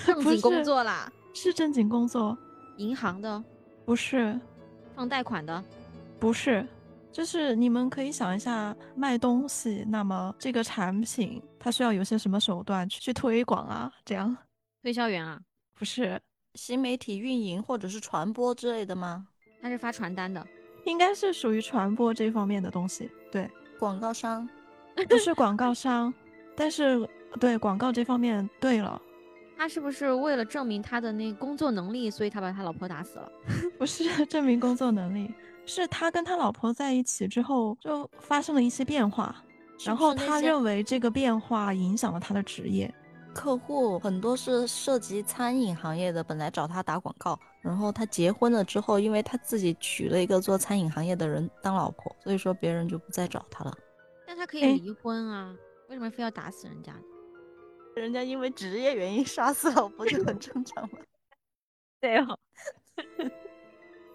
Speaker 1: 正
Speaker 2: 不
Speaker 1: 经工
Speaker 2: 是
Speaker 1: 作啦，
Speaker 2: 是正经工作，
Speaker 1: 银行的，
Speaker 2: 不是，
Speaker 1: 放贷款的，
Speaker 2: 不是。就是你们可以想一下，卖东西，那么这个产品它需要有些什么手段去去推广啊？这样
Speaker 1: 推销员啊，
Speaker 2: 不是，
Speaker 3: 新媒体运营或者是传播之类的吗？
Speaker 1: 他是发传单的，
Speaker 2: 应该是属于传播这方面的东西。 对，
Speaker 3: 广告商
Speaker 2: 不是广告商，但是对广告这方面，对了，
Speaker 1: 他是不是为了证明他的那工作能力，所以他把他老婆打死了？
Speaker 2: 不是 证明工作能力，是他跟他老婆在一起之后就发生了一些变化，
Speaker 3: 是
Speaker 2: 然
Speaker 3: 不是
Speaker 2: 后
Speaker 3: 那
Speaker 2: 他
Speaker 3: 些
Speaker 2: 认为这个变化影响了他的职业，
Speaker 3: 客户很多是涉及餐饮行业的，本来找他打广告，然后她结婚了之后，因为她自己娶了一个做餐饮行业的人当老婆，所以说别人就不再找她了。
Speaker 1: 但他可
Speaker 2: 哎
Speaker 1: 以离婚啊，为什么非要打死人家呢？
Speaker 3: 人家因为职业原因杀死老婆就很正常了。
Speaker 1: 对哦，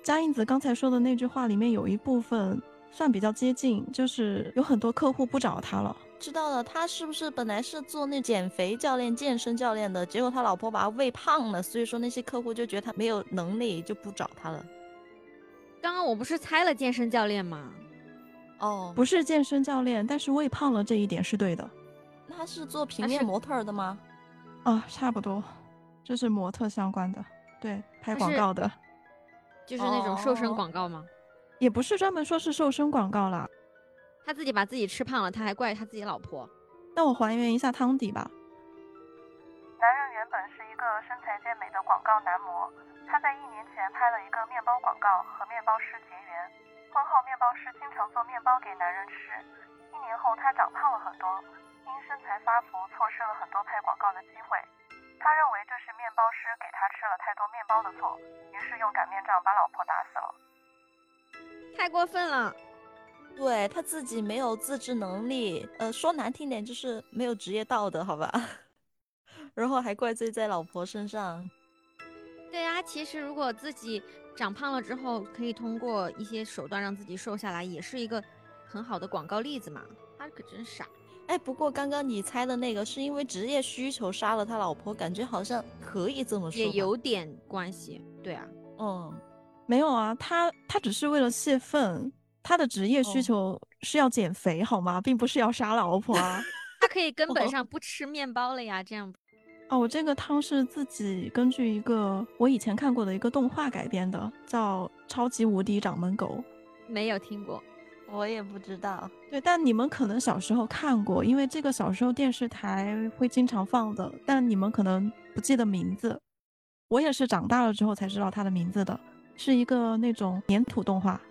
Speaker 2: 嘉印子刚才说的那句话里面有一部分算比较接近，就是有很多客户不找他了。
Speaker 3: 知道了，他是不是本来是做那减肥教练、健身教练的？结果他老婆把他喂胖了，所以说那些客户就觉得他没有能力，就不找他了。
Speaker 1: 刚刚我不是猜了健身教练吗？
Speaker 3: 哦，
Speaker 2: 不是健身教练，但是喂胖了这一点是对的
Speaker 3: 那他是做平
Speaker 1: 他
Speaker 3: 面
Speaker 1: 是
Speaker 3: 模特儿的吗？
Speaker 2: 啊，差不多，这是模特相关的，对，拍
Speaker 1: 他
Speaker 2: 广
Speaker 1: 是
Speaker 2: 告的，
Speaker 1: 就是那种瘦身
Speaker 3: 哦
Speaker 1: 广告吗？
Speaker 2: 也不是专门说是瘦身广告啦。
Speaker 1: 他自己把自己吃胖了，他还怪他自己老婆。
Speaker 2: 那我还原一下汤底吧，
Speaker 4: 男人原本是一个身材健美的广告男模，他在一年前拍了一个面包广告和面包师结缘。婚后，面包师经常做面包给男人吃。一年后，他长胖了很多，因身材发福错失了很多拍广告的机会。他认为这是面包师给他吃了太多面包的错，于是用擀面杖把老婆打死了。
Speaker 1: 太过分了！
Speaker 3: 对他自己没有自制能力，呃，说难听点就是没有职业道德，好吧？ 然后还怪罪在老婆身上。
Speaker 1: 对啊，其实如果自己长胖了之后，可以通过一些手段让自己瘦下来，也是一个很好的广告例子嘛。他可真傻。
Speaker 3: 哎，不过刚刚你猜的那个是因为职业需求杀了他老婆，感觉好像可以这么说。
Speaker 1: 也，有点关系。对啊，
Speaker 3: 嗯，
Speaker 2: 没有啊，他他只是为了泄愤，他的职业需
Speaker 3: 哦
Speaker 2: 求是要减肥好吗，并不是要杀老婆啊。
Speaker 1: 他可以根本
Speaker 3: 哦
Speaker 1: 上不吃面包了呀，这样
Speaker 2: 哦，我这个汤是自己根据一个我以前看过的一个动画改编的，叫《超级无敌掌门狗
Speaker 1: 没有听过。
Speaker 3: 我也不知道。》。
Speaker 2: 对，但你们可能小时候看过，因为这个小时候电视台会经常放的，但你们可能不记得名字。我也是长大了之后才知道它的名字的，是一个那种粘土动画。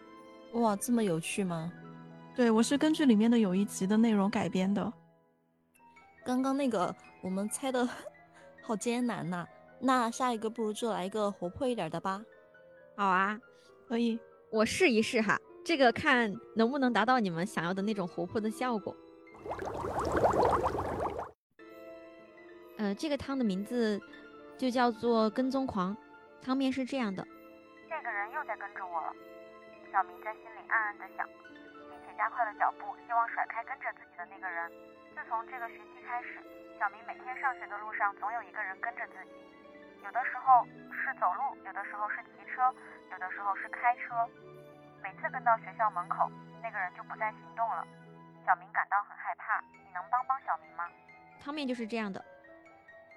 Speaker 3: 哇，这么有趣吗？
Speaker 2: 对，我是根据里面的有一集的内容改编的。
Speaker 3: 刚刚那个我们猜的 好艰难呐、那下一个不如就来一个活泼一点儿的吧。
Speaker 1: 好啊，
Speaker 2: 所以，
Speaker 1: 我试一试哈，这个看能不能达到你们想要的那种活泼的效果。呃，这个汤的名字就叫做跟踪狂。汤面是这样的，
Speaker 4: 这个人又在跟着我了。小明在心里暗暗地想，并且加快了脚步，希望甩开跟着自己的那个人。自从这个学期开始，小明每天上学的路上总有一个人跟着自己，有的时候是走路，有的时候是骑车，有的时候是开车。每次跟到学校门口，那个人就不再行动了。小明感到很害怕，你能帮帮小明吗？
Speaker 1: 汤面就是这样的，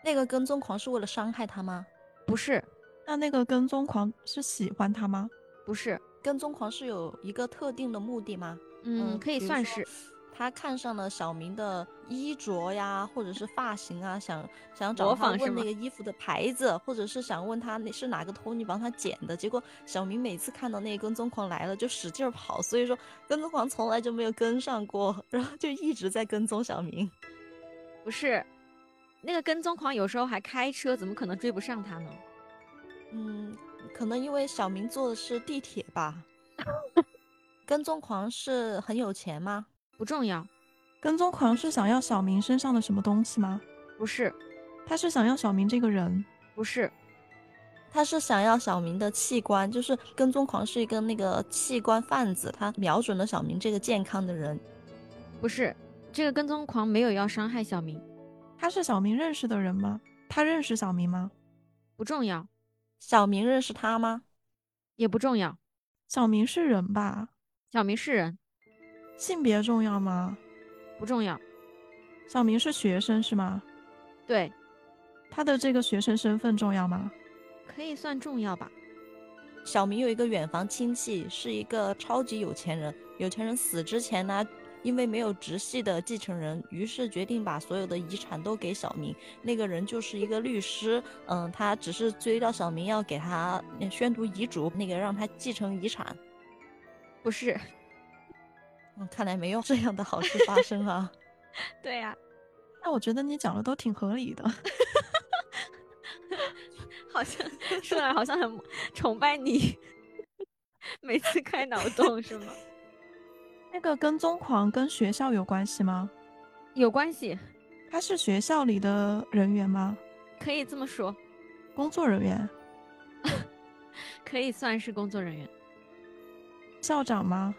Speaker 3: 那个跟踪狂是为了伤害他吗？
Speaker 1: 不是，
Speaker 2: 那那个跟踪狂是喜欢他吗？
Speaker 1: 不是，
Speaker 3: 跟踪狂是有一个特定的目的吗？
Speaker 1: 嗯，可以
Speaker 3: 比如
Speaker 1: 算
Speaker 3: 说
Speaker 1: 是。
Speaker 3: 他看上了小明的衣着呀，或者是发型啊，想想找
Speaker 1: 模
Speaker 3: 他
Speaker 1: 仿是
Speaker 3: 问那
Speaker 1: 吗
Speaker 3: 个衣服的牌子，或者是想问他那是哪个托尼帮他剪的。结果小明每次看到那个跟踪狂来了，就使劲儿跑，所以说跟踪狂从来就没有跟上过， 然后就一直在跟踪小明。
Speaker 1: 不是，那个跟踪狂有时候还开车，怎么可能追不上他呢？
Speaker 3: 嗯，可能因为小明坐的是地铁 吧。跟踪狂是很有钱吗？
Speaker 1: 不重要，
Speaker 2: 跟踪狂是想要小明身上的什么东西吗？
Speaker 1: 不是，
Speaker 2: 他是想要小明这个人，
Speaker 1: 不是，
Speaker 3: 他是想要小明的器官，就是跟踪狂是一个那个器官贩子，他瞄准了小明这个健康的人。
Speaker 1: 不是，这个跟踪狂没有要伤害小明，
Speaker 2: 他是小明认识的人吗？他认识小明吗？
Speaker 1: 不重要，
Speaker 3: 小明认识他吗？
Speaker 1: 也不重要。
Speaker 2: 小明是人吧？
Speaker 1: 小明是人，
Speaker 2: 性别重要吗？
Speaker 1: 不重要。
Speaker 2: 小明是学生是吗？
Speaker 1: 对，
Speaker 2: 他的这个学生身份重要吗？
Speaker 1: 可以算重要吧。
Speaker 3: 小明有一个远房亲戚，是一个超级有钱人。有钱人死之前呢，因为没有直系的继承人，于是决定把所有的遗产都给小明。那个人就是一个律师，嗯，他只是追到小明要给他嗯宣读遗嘱，那个让他继承遗产。
Speaker 1: 不是，
Speaker 3: 嗯，看来没有这样的好事发生啊。
Speaker 1: 对呀、
Speaker 2: 那我觉得你讲的都挺合理的。
Speaker 1: 好像说来好像很 崇拜你，每次开脑洞是吗？
Speaker 2: 那个跟踪狂跟学校有关系吗？
Speaker 1: 有关系，
Speaker 2: 他是学校里的人员吗？
Speaker 1: 可以这么说，
Speaker 2: 工作人员？
Speaker 1: 可以算是工作人员，
Speaker 2: 校长吗？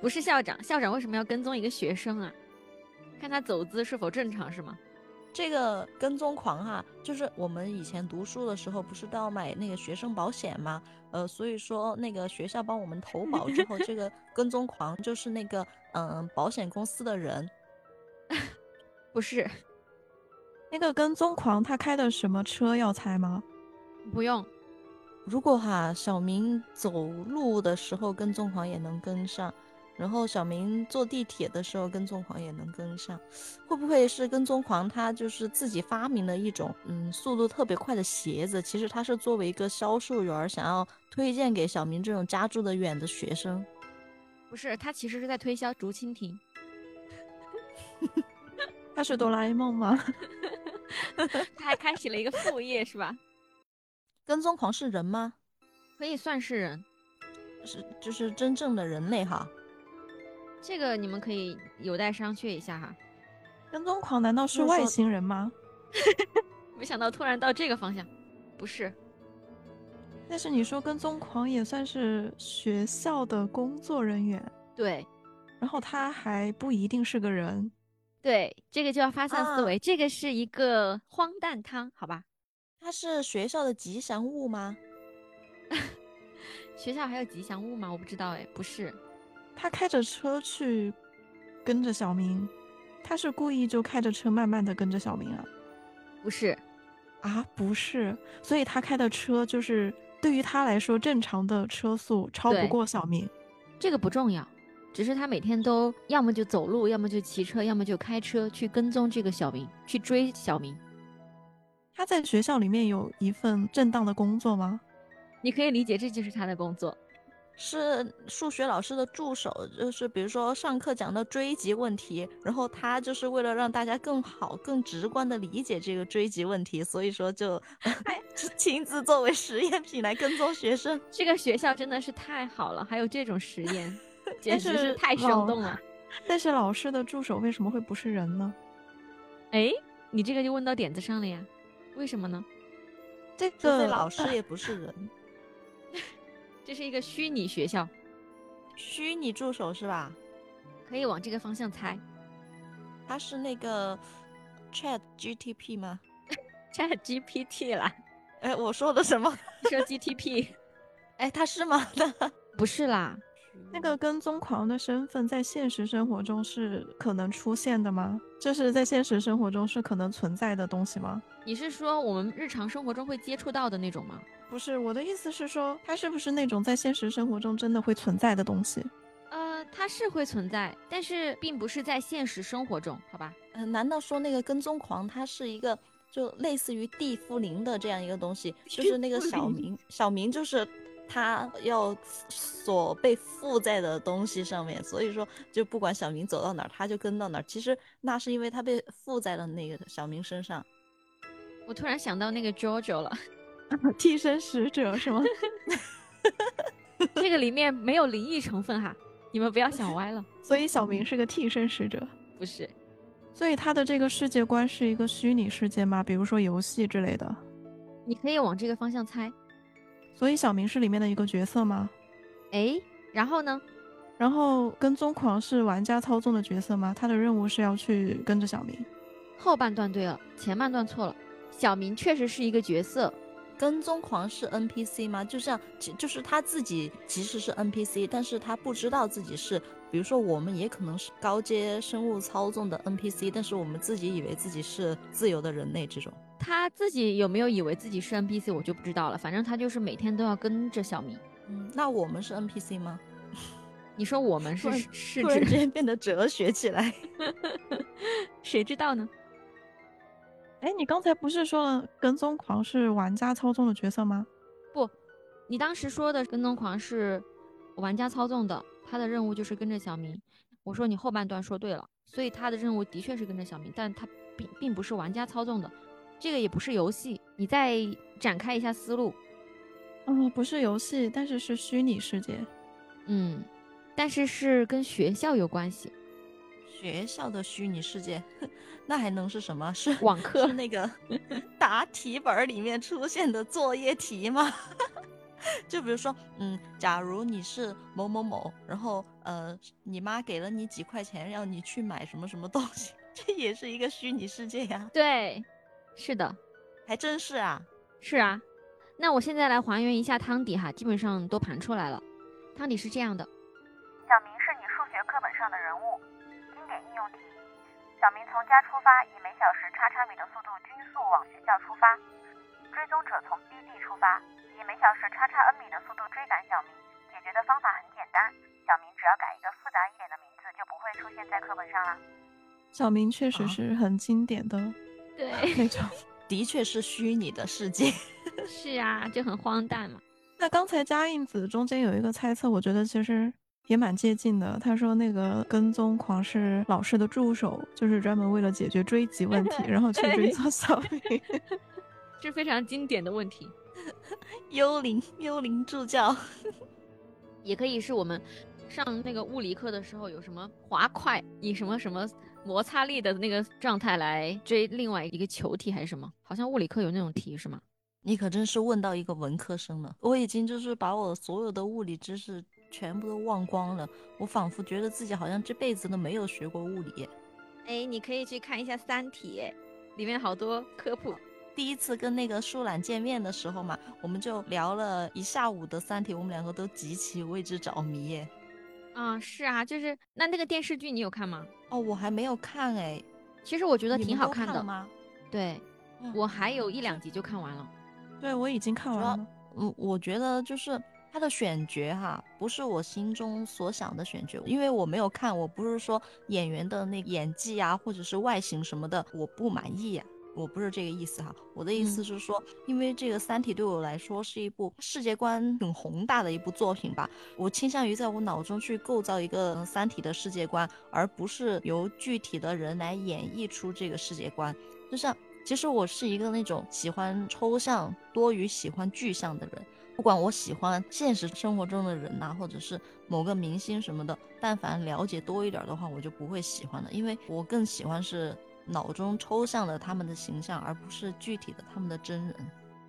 Speaker 1: 不是校长。校长为什么要跟踪一个学生啊？看他走姿是否正常是吗？
Speaker 3: 这个跟踪狂哈、就是我们以前读书的时候，不是都要买那个学生保险吗？呃，所以说那个学校帮我们投保之后，这个跟踪狂就是那个嗯、保险公司的人，
Speaker 1: 不是，
Speaker 2: 那个跟踪狂他开的什么车要猜吗？
Speaker 1: 不用，
Speaker 3: 如果哈小明走路的时候跟踪狂也能跟上，然后小明坐地铁的时候跟踪狂也能跟上，会不会是跟踪狂他就是自己发明了一种嗯速度特别快的鞋子？其实他是作为一个销售员儿想要推荐给小明这种家住的远的学生。
Speaker 1: 不是，他其实是在推销竹蜻蜓。
Speaker 2: 他是哆啦 A 梦吗？
Speaker 1: 他还开启了一个副业是吧？
Speaker 3: 跟踪狂是人吗？
Speaker 1: 可以算是人，
Speaker 3: 是就是真正的人类哈？
Speaker 1: 这个你们可以有待商榷一下哈。
Speaker 2: 跟踪狂难道是
Speaker 3: 就是说
Speaker 2: 外星人吗？
Speaker 1: 没想到突然到这个方向，不是，
Speaker 2: 但是你说跟踪狂也算是学校的工作人员，
Speaker 1: 对
Speaker 2: 然后他还不一定是个人。
Speaker 1: 对，这个就要发散思
Speaker 3: 啊
Speaker 1: 维，这个是一个荒诞汤，好吧？
Speaker 3: 他是学校的吉祥物吗？
Speaker 1: 学校还有吉祥物吗？我不知道哎，不是，
Speaker 2: 他开着车去跟着小明，他是故意就开着车慢慢的跟着小明啊？
Speaker 1: 不是，
Speaker 2: 啊，不是，所以他开的车就是对于他来说正常的车速超
Speaker 1: 对
Speaker 2: 不过小明。
Speaker 1: 这个不重要，只是他每天都要么就走路，要么就骑车，要么就开车去跟踪这个小明，去追小明。
Speaker 2: 他在学校里面有一份正当的工作吗？
Speaker 1: 你可以理解，这就是他的工作。
Speaker 3: 是数学老师的助手，就是比如说上课讲到追及问题，然后他就是为了让大家更好、更直观的理解这个追及问题，所以说就是 亲自作为实验品来跟踪学生。
Speaker 1: 这个学校真的是太好了，还有这种实 验，简
Speaker 2: 但
Speaker 1: 直是哦
Speaker 2: 是
Speaker 1: 太生
Speaker 2: 老
Speaker 1: 动 了。
Speaker 2: 但是老师的助手为什么会不是人呢？
Speaker 1: 哎，你这个就问到点子上了呀？为什么呢？
Speaker 2: 这
Speaker 3: 除非
Speaker 2: 个
Speaker 3: 老师也不是人，
Speaker 1: 这是一个虚拟学校，
Speaker 3: 虚拟助手是吧？
Speaker 1: 可以往这个方向猜。
Speaker 3: 他是那个 Chat GTP 吗？
Speaker 1: Chat GPT 啦，
Speaker 3: 哎，我说的什么？
Speaker 1: 说 GTP
Speaker 3: 哎，他是吗？
Speaker 1: 不是啦，
Speaker 2: 那个跟踪狂的身份在现实生活中是可能出现的吗？这是在现实生活中是可能存在的东西吗？
Speaker 1: 你是说我们日常生活中会接触到的那种吗？
Speaker 2: 不是，我的意思是说，它是不是那种在现实生活中真的会存在的东西？
Speaker 1: 呃，它是会存在，但是并不是在现实生活中，好吧？
Speaker 3: 呃，难道说那个跟踪狂他是一个就类似于地缚灵的这样一个东西？就是那个
Speaker 2: 地缚
Speaker 3: 小
Speaker 2: 灵
Speaker 3: 明，小明就是他要所被附在的东西上面，所以说就不管小明走到哪儿，他就跟到哪儿。其实那是因为他被附在了那个小明身上。
Speaker 1: 我突然想到那个 JoJo 了，
Speaker 2: 替身使者是吗？
Speaker 1: 这个里面没有灵异成分哈，你们不要想歪了，
Speaker 2: 所以小明是个替身使者，
Speaker 1: 不是，
Speaker 2: 所以他的这个世界观是一个虚拟世界吗？比如说游戏之类的。
Speaker 1: 你可以往这个方向猜。
Speaker 2: 所以小明是里面的一个角色吗？
Speaker 1: 哎，然后呢？
Speaker 2: 然后跟踪狂是玩家操纵的角色吗？他的任务是要去跟着小明。
Speaker 1: 后半段对了，前半段错了。小明确实是一个角色，
Speaker 3: 跟踪狂是 NPC 吗？就像其就是他自己其实是 NPC，但是他不知道自己是。比如说，我们也可能是高阶生物操纵的 NPC，但是我们自己以为自己是自由的人类这种。
Speaker 1: 他自己有没有以为自己是 NPC，我就不知道了。反正他就是每天都要跟着小明。
Speaker 3: 嗯，那我们是 NPC 吗？
Speaker 1: 你说我们是
Speaker 3: 突然
Speaker 1: 是
Speaker 3: 突然之
Speaker 1: 指
Speaker 3: 间变得哲学起来。
Speaker 1: 谁知道呢？
Speaker 2: 哎，你刚才不是说了跟踪狂是玩家操纵的角色吗？
Speaker 1: 不，你当时说的跟踪狂是玩家操纵的，他的任务就是跟着小明。我说你后半段说对了，所以他的任务的确是跟着小明，但他并并不是玩家操纵的，这个也不是游戏，你再展开一下思路。
Speaker 2: 嗯，不是游戏，但是是虚拟世界。
Speaker 1: 嗯，但是是跟学校有关系。
Speaker 3: 学校的虚拟世界， 那还能是什么？ 是
Speaker 1: 网课
Speaker 3: 是那 个答题本儿里面出现的作业题吗？ 就比如说，嗯，假如你是某某某，然后呃，你妈给了你几块钱，让你去买什么什么东西， 这也是一个虚拟世界呀、
Speaker 1: 对，是的，
Speaker 3: 还真是啊。
Speaker 1: 是啊。那我现在来还原一下汤底哈，基本上都盘出来了。汤底是这样的，
Speaker 4: 小明是你数学课本上的人物。经典应用题：小明从家出发，以每小时叉叉米的速度均速往学校出发。追踪者从 B 地出发，以每小时叉叉 n 米的速度追赶小明。解决的方法很简单，小明只要改一个复杂一点的名字，就不会出现在课本上了。
Speaker 2: 小明确
Speaker 3: 啊
Speaker 2: 实是很经典 的
Speaker 1: 对，
Speaker 2: 那种。
Speaker 3: 的确是虚拟的世界，
Speaker 1: 是啊，就很荒诞嘛。
Speaker 2: 那刚才加印子中间有一个猜测，我觉得其实也蛮接近的。他说那个跟踪狂是老师的助手，就是专门为了解决追及问题，然后去追踪小明。
Speaker 1: 这非常经典的问题，
Speaker 3: 幽灵幽灵助教，
Speaker 1: 也可以是我们上那个物理课的时候有什么滑块，以什么什么摩擦力的那个状态来追另外一个球体还是什么？好像物理课有那种题是吗？
Speaker 3: 你可真是问到一个文科生了。我已经就是把我所有的物理知识全部都忘光了，我仿佛觉得自己好像这辈子都没有学过物理。
Speaker 1: 哎，你可以去看一下《三体》，哎，里面好多科普。
Speaker 3: 第一次跟那个舒兰见面的时候嘛，我们就聊了一下午的《三体》，我们两个都极其为之着迷耶。
Speaker 1: 啊，是啊，就是那那个电视剧你有看吗？
Speaker 3: 哦，我还没有看哎，
Speaker 1: 其实我觉得
Speaker 3: 你
Speaker 1: 挺
Speaker 3: 们
Speaker 1: 好
Speaker 3: 都
Speaker 1: 看
Speaker 3: 看
Speaker 1: 的
Speaker 3: 了。吗？
Speaker 1: 对，
Speaker 3: 嗯
Speaker 1: 我还有一两集就看完了。
Speaker 2: 对我已经看完
Speaker 3: 主要
Speaker 2: 了。
Speaker 3: 嗯，我觉得就是他的选角哈，不是我心中所想的选角，因为我没有看，我不是说演员的那演技啊，或者是外形什么的，我不满意呀、我不是这个意思哈，我的意思
Speaker 1: 嗯
Speaker 3: 是说，因为这个《三体》对我来说是一部世界观很宏大的一部作品吧，我倾向于在我脑中去构造一个呃《三体》的世界观，而不是由具体的人来演绎出这个世界观。就像其实我是一个那种喜欢抽象多于喜欢具象的人，不管我喜欢现实生活中的人呐、或者是某个明星什么的，但凡了解多一点儿的话，我就不会喜欢了，因为我更喜欢是脑中抽象的他们的形象，而不是具体的他们的真人。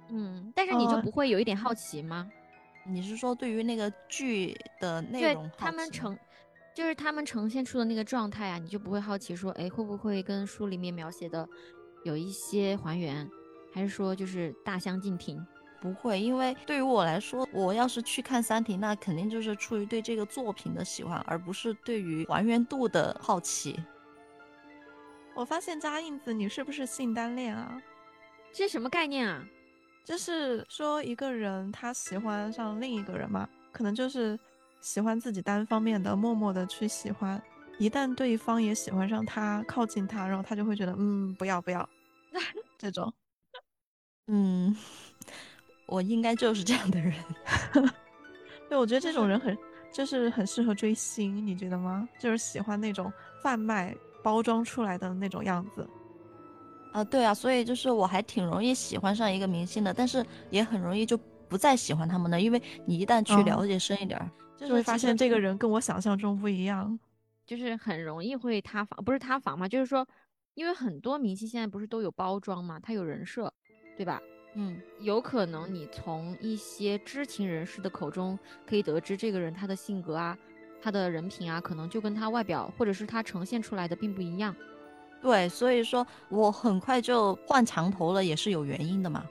Speaker 1: 嗯，但是你就
Speaker 2: 哦
Speaker 1: 不会有一点好奇吗？
Speaker 3: 你是说对于那个剧的内
Speaker 1: 对
Speaker 3: 容好奇吗，
Speaker 1: 他们呈，就是他们呈现出的那个状态啊，你就不会好奇说，哎，会不会跟书里面描写的有一些还原，还是说就是大相径庭？
Speaker 3: 不会，因为对于我来说，我要是去看《三体》，那肯定就是出于对这个作品的喜欢，而不是对于还原度的好奇。
Speaker 2: 我发现加印子，你是不是性单恋啊？
Speaker 1: 这什么概念啊？
Speaker 2: 就是说一个人他喜欢上另一个人嘛，可能就是喜欢自己单方面的，默默的去喜欢。一旦对方也喜欢上他，靠近他，然后他就会觉得嗯，不要 不要，这种。
Speaker 3: 嗯， 我应该就是这样的人。
Speaker 2: 对，我觉得这种人
Speaker 1: 嗯
Speaker 2: 很，就是很适合追星，你觉得吗？就是喜欢那种贩卖包装出来的那种样子。
Speaker 3: 啊，对啊，所以就是我还挺容易喜欢上一个明星的，但是也很容易就不再喜欢他们了，因为你一旦去
Speaker 2: 哦
Speaker 3: 了解深一点儿，嗯就
Speaker 2: 就会
Speaker 3: 是
Speaker 2: 发
Speaker 3: 其实
Speaker 2: 现
Speaker 1: 嗯
Speaker 2: 这个人跟我想象中不一样。
Speaker 1: 就是很容易会塌房，不是塌房嘛，就是说，因为很多明星现在不是都有包装嘛，他有人设，对吧？
Speaker 3: 嗯，
Speaker 1: 有可能你从一些知情人士的口中可以得知，这个人他的性格啊，他的人品啊，可能就跟他外表或者是他呈现出来的并不一样。
Speaker 3: 对，所以说我很快就换墙头了，也是有原因的嘛。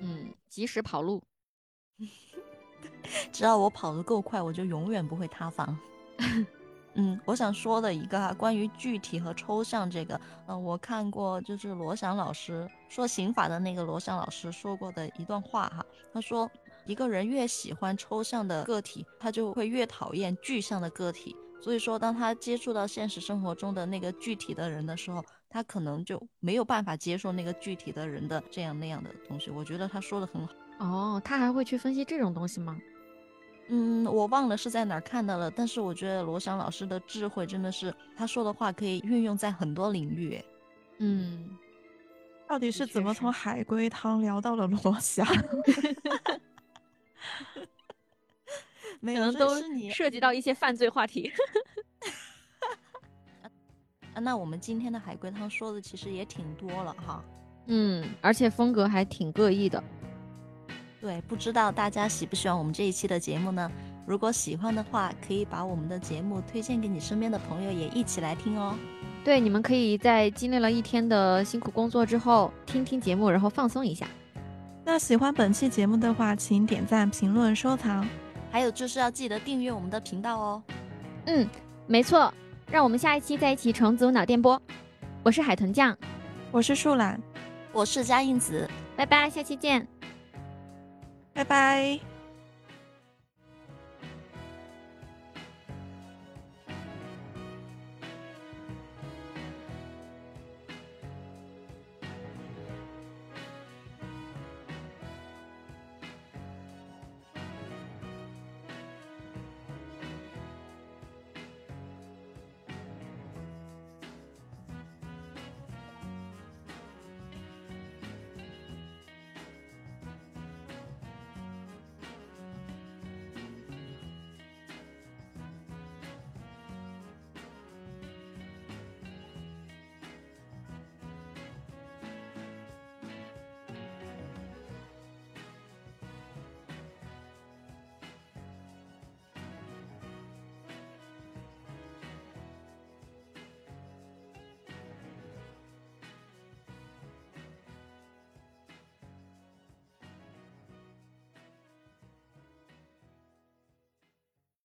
Speaker 1: 嗯，及时跑路。
Speaker 3: 只要我跑得够快，我就永远不会塌房。嗯，我想说的一个哈、关于具体和抽象这个，嗯、我看过就是罗翔老师说刑法的那个罗翔老师说过的一段话哈、他说一个人越喜欢抽象的个体，他就会越讨厌具象的个体。所以说，当他接触到现实生活中的那个具体的人的时候，他可能就没有办法接受那个具体的人的这样那样的东西。我觉得他说的很好。
Speaker 1: 哦，他还会去分析这种东西吗？
Speaker 3: 嗯，我忘了是在哪儿看到了，但是我觉得罗翔老师的智慧真的是，他说的话可以运用在很多领域。诶
Speaker 1: 嗯，
Speaker 2: 到底
Speaker 1: 的
Speaker 2: 是
Speaker 1: 确
Speaker 2: 怎么
Speaker 1: 是
Speaker 2: 从海龟汤聊到了罗翔？
Speaker 3: 没
Speaker 1: 可
Speaker 3: 有，
Speaker 1: 能
Speaker 3: 所以
Speaker 1: 都
Speaker 3: 是你
Speaker 1: 涉及到一些犯罪话题。
Speaker 3: 啊。那我们今天的海龟汤说的其实也挺多了哈。
Speaker 1: 嗯，而且风格还挺各异的。
Speaker 3: 对，不知道大家喜不喜欢我们这一期的节目呢？如果喜欢的话，可以把我们的节目推荐给你身边的朋友，也一起来听哦。
Speaker 1: 对，你们可以在经历了一天的辛苦工作之后，听听节目，然后放松一下。
Speaker 2: 那喜欢本期节目的话，请点赞、评论、收藏。
Speaker 3: 还有就是要记得订阅我们的频道哦。
Speaker 1: 嗯，没错，让我们下一期再一起重组脑电波。我是海豚酱，
Speaker 2: 我是树懒，
Speaker 3: 我是佳印子，
Speaker 1: 拜拜，下期见。
Speaker 2: 拜拜。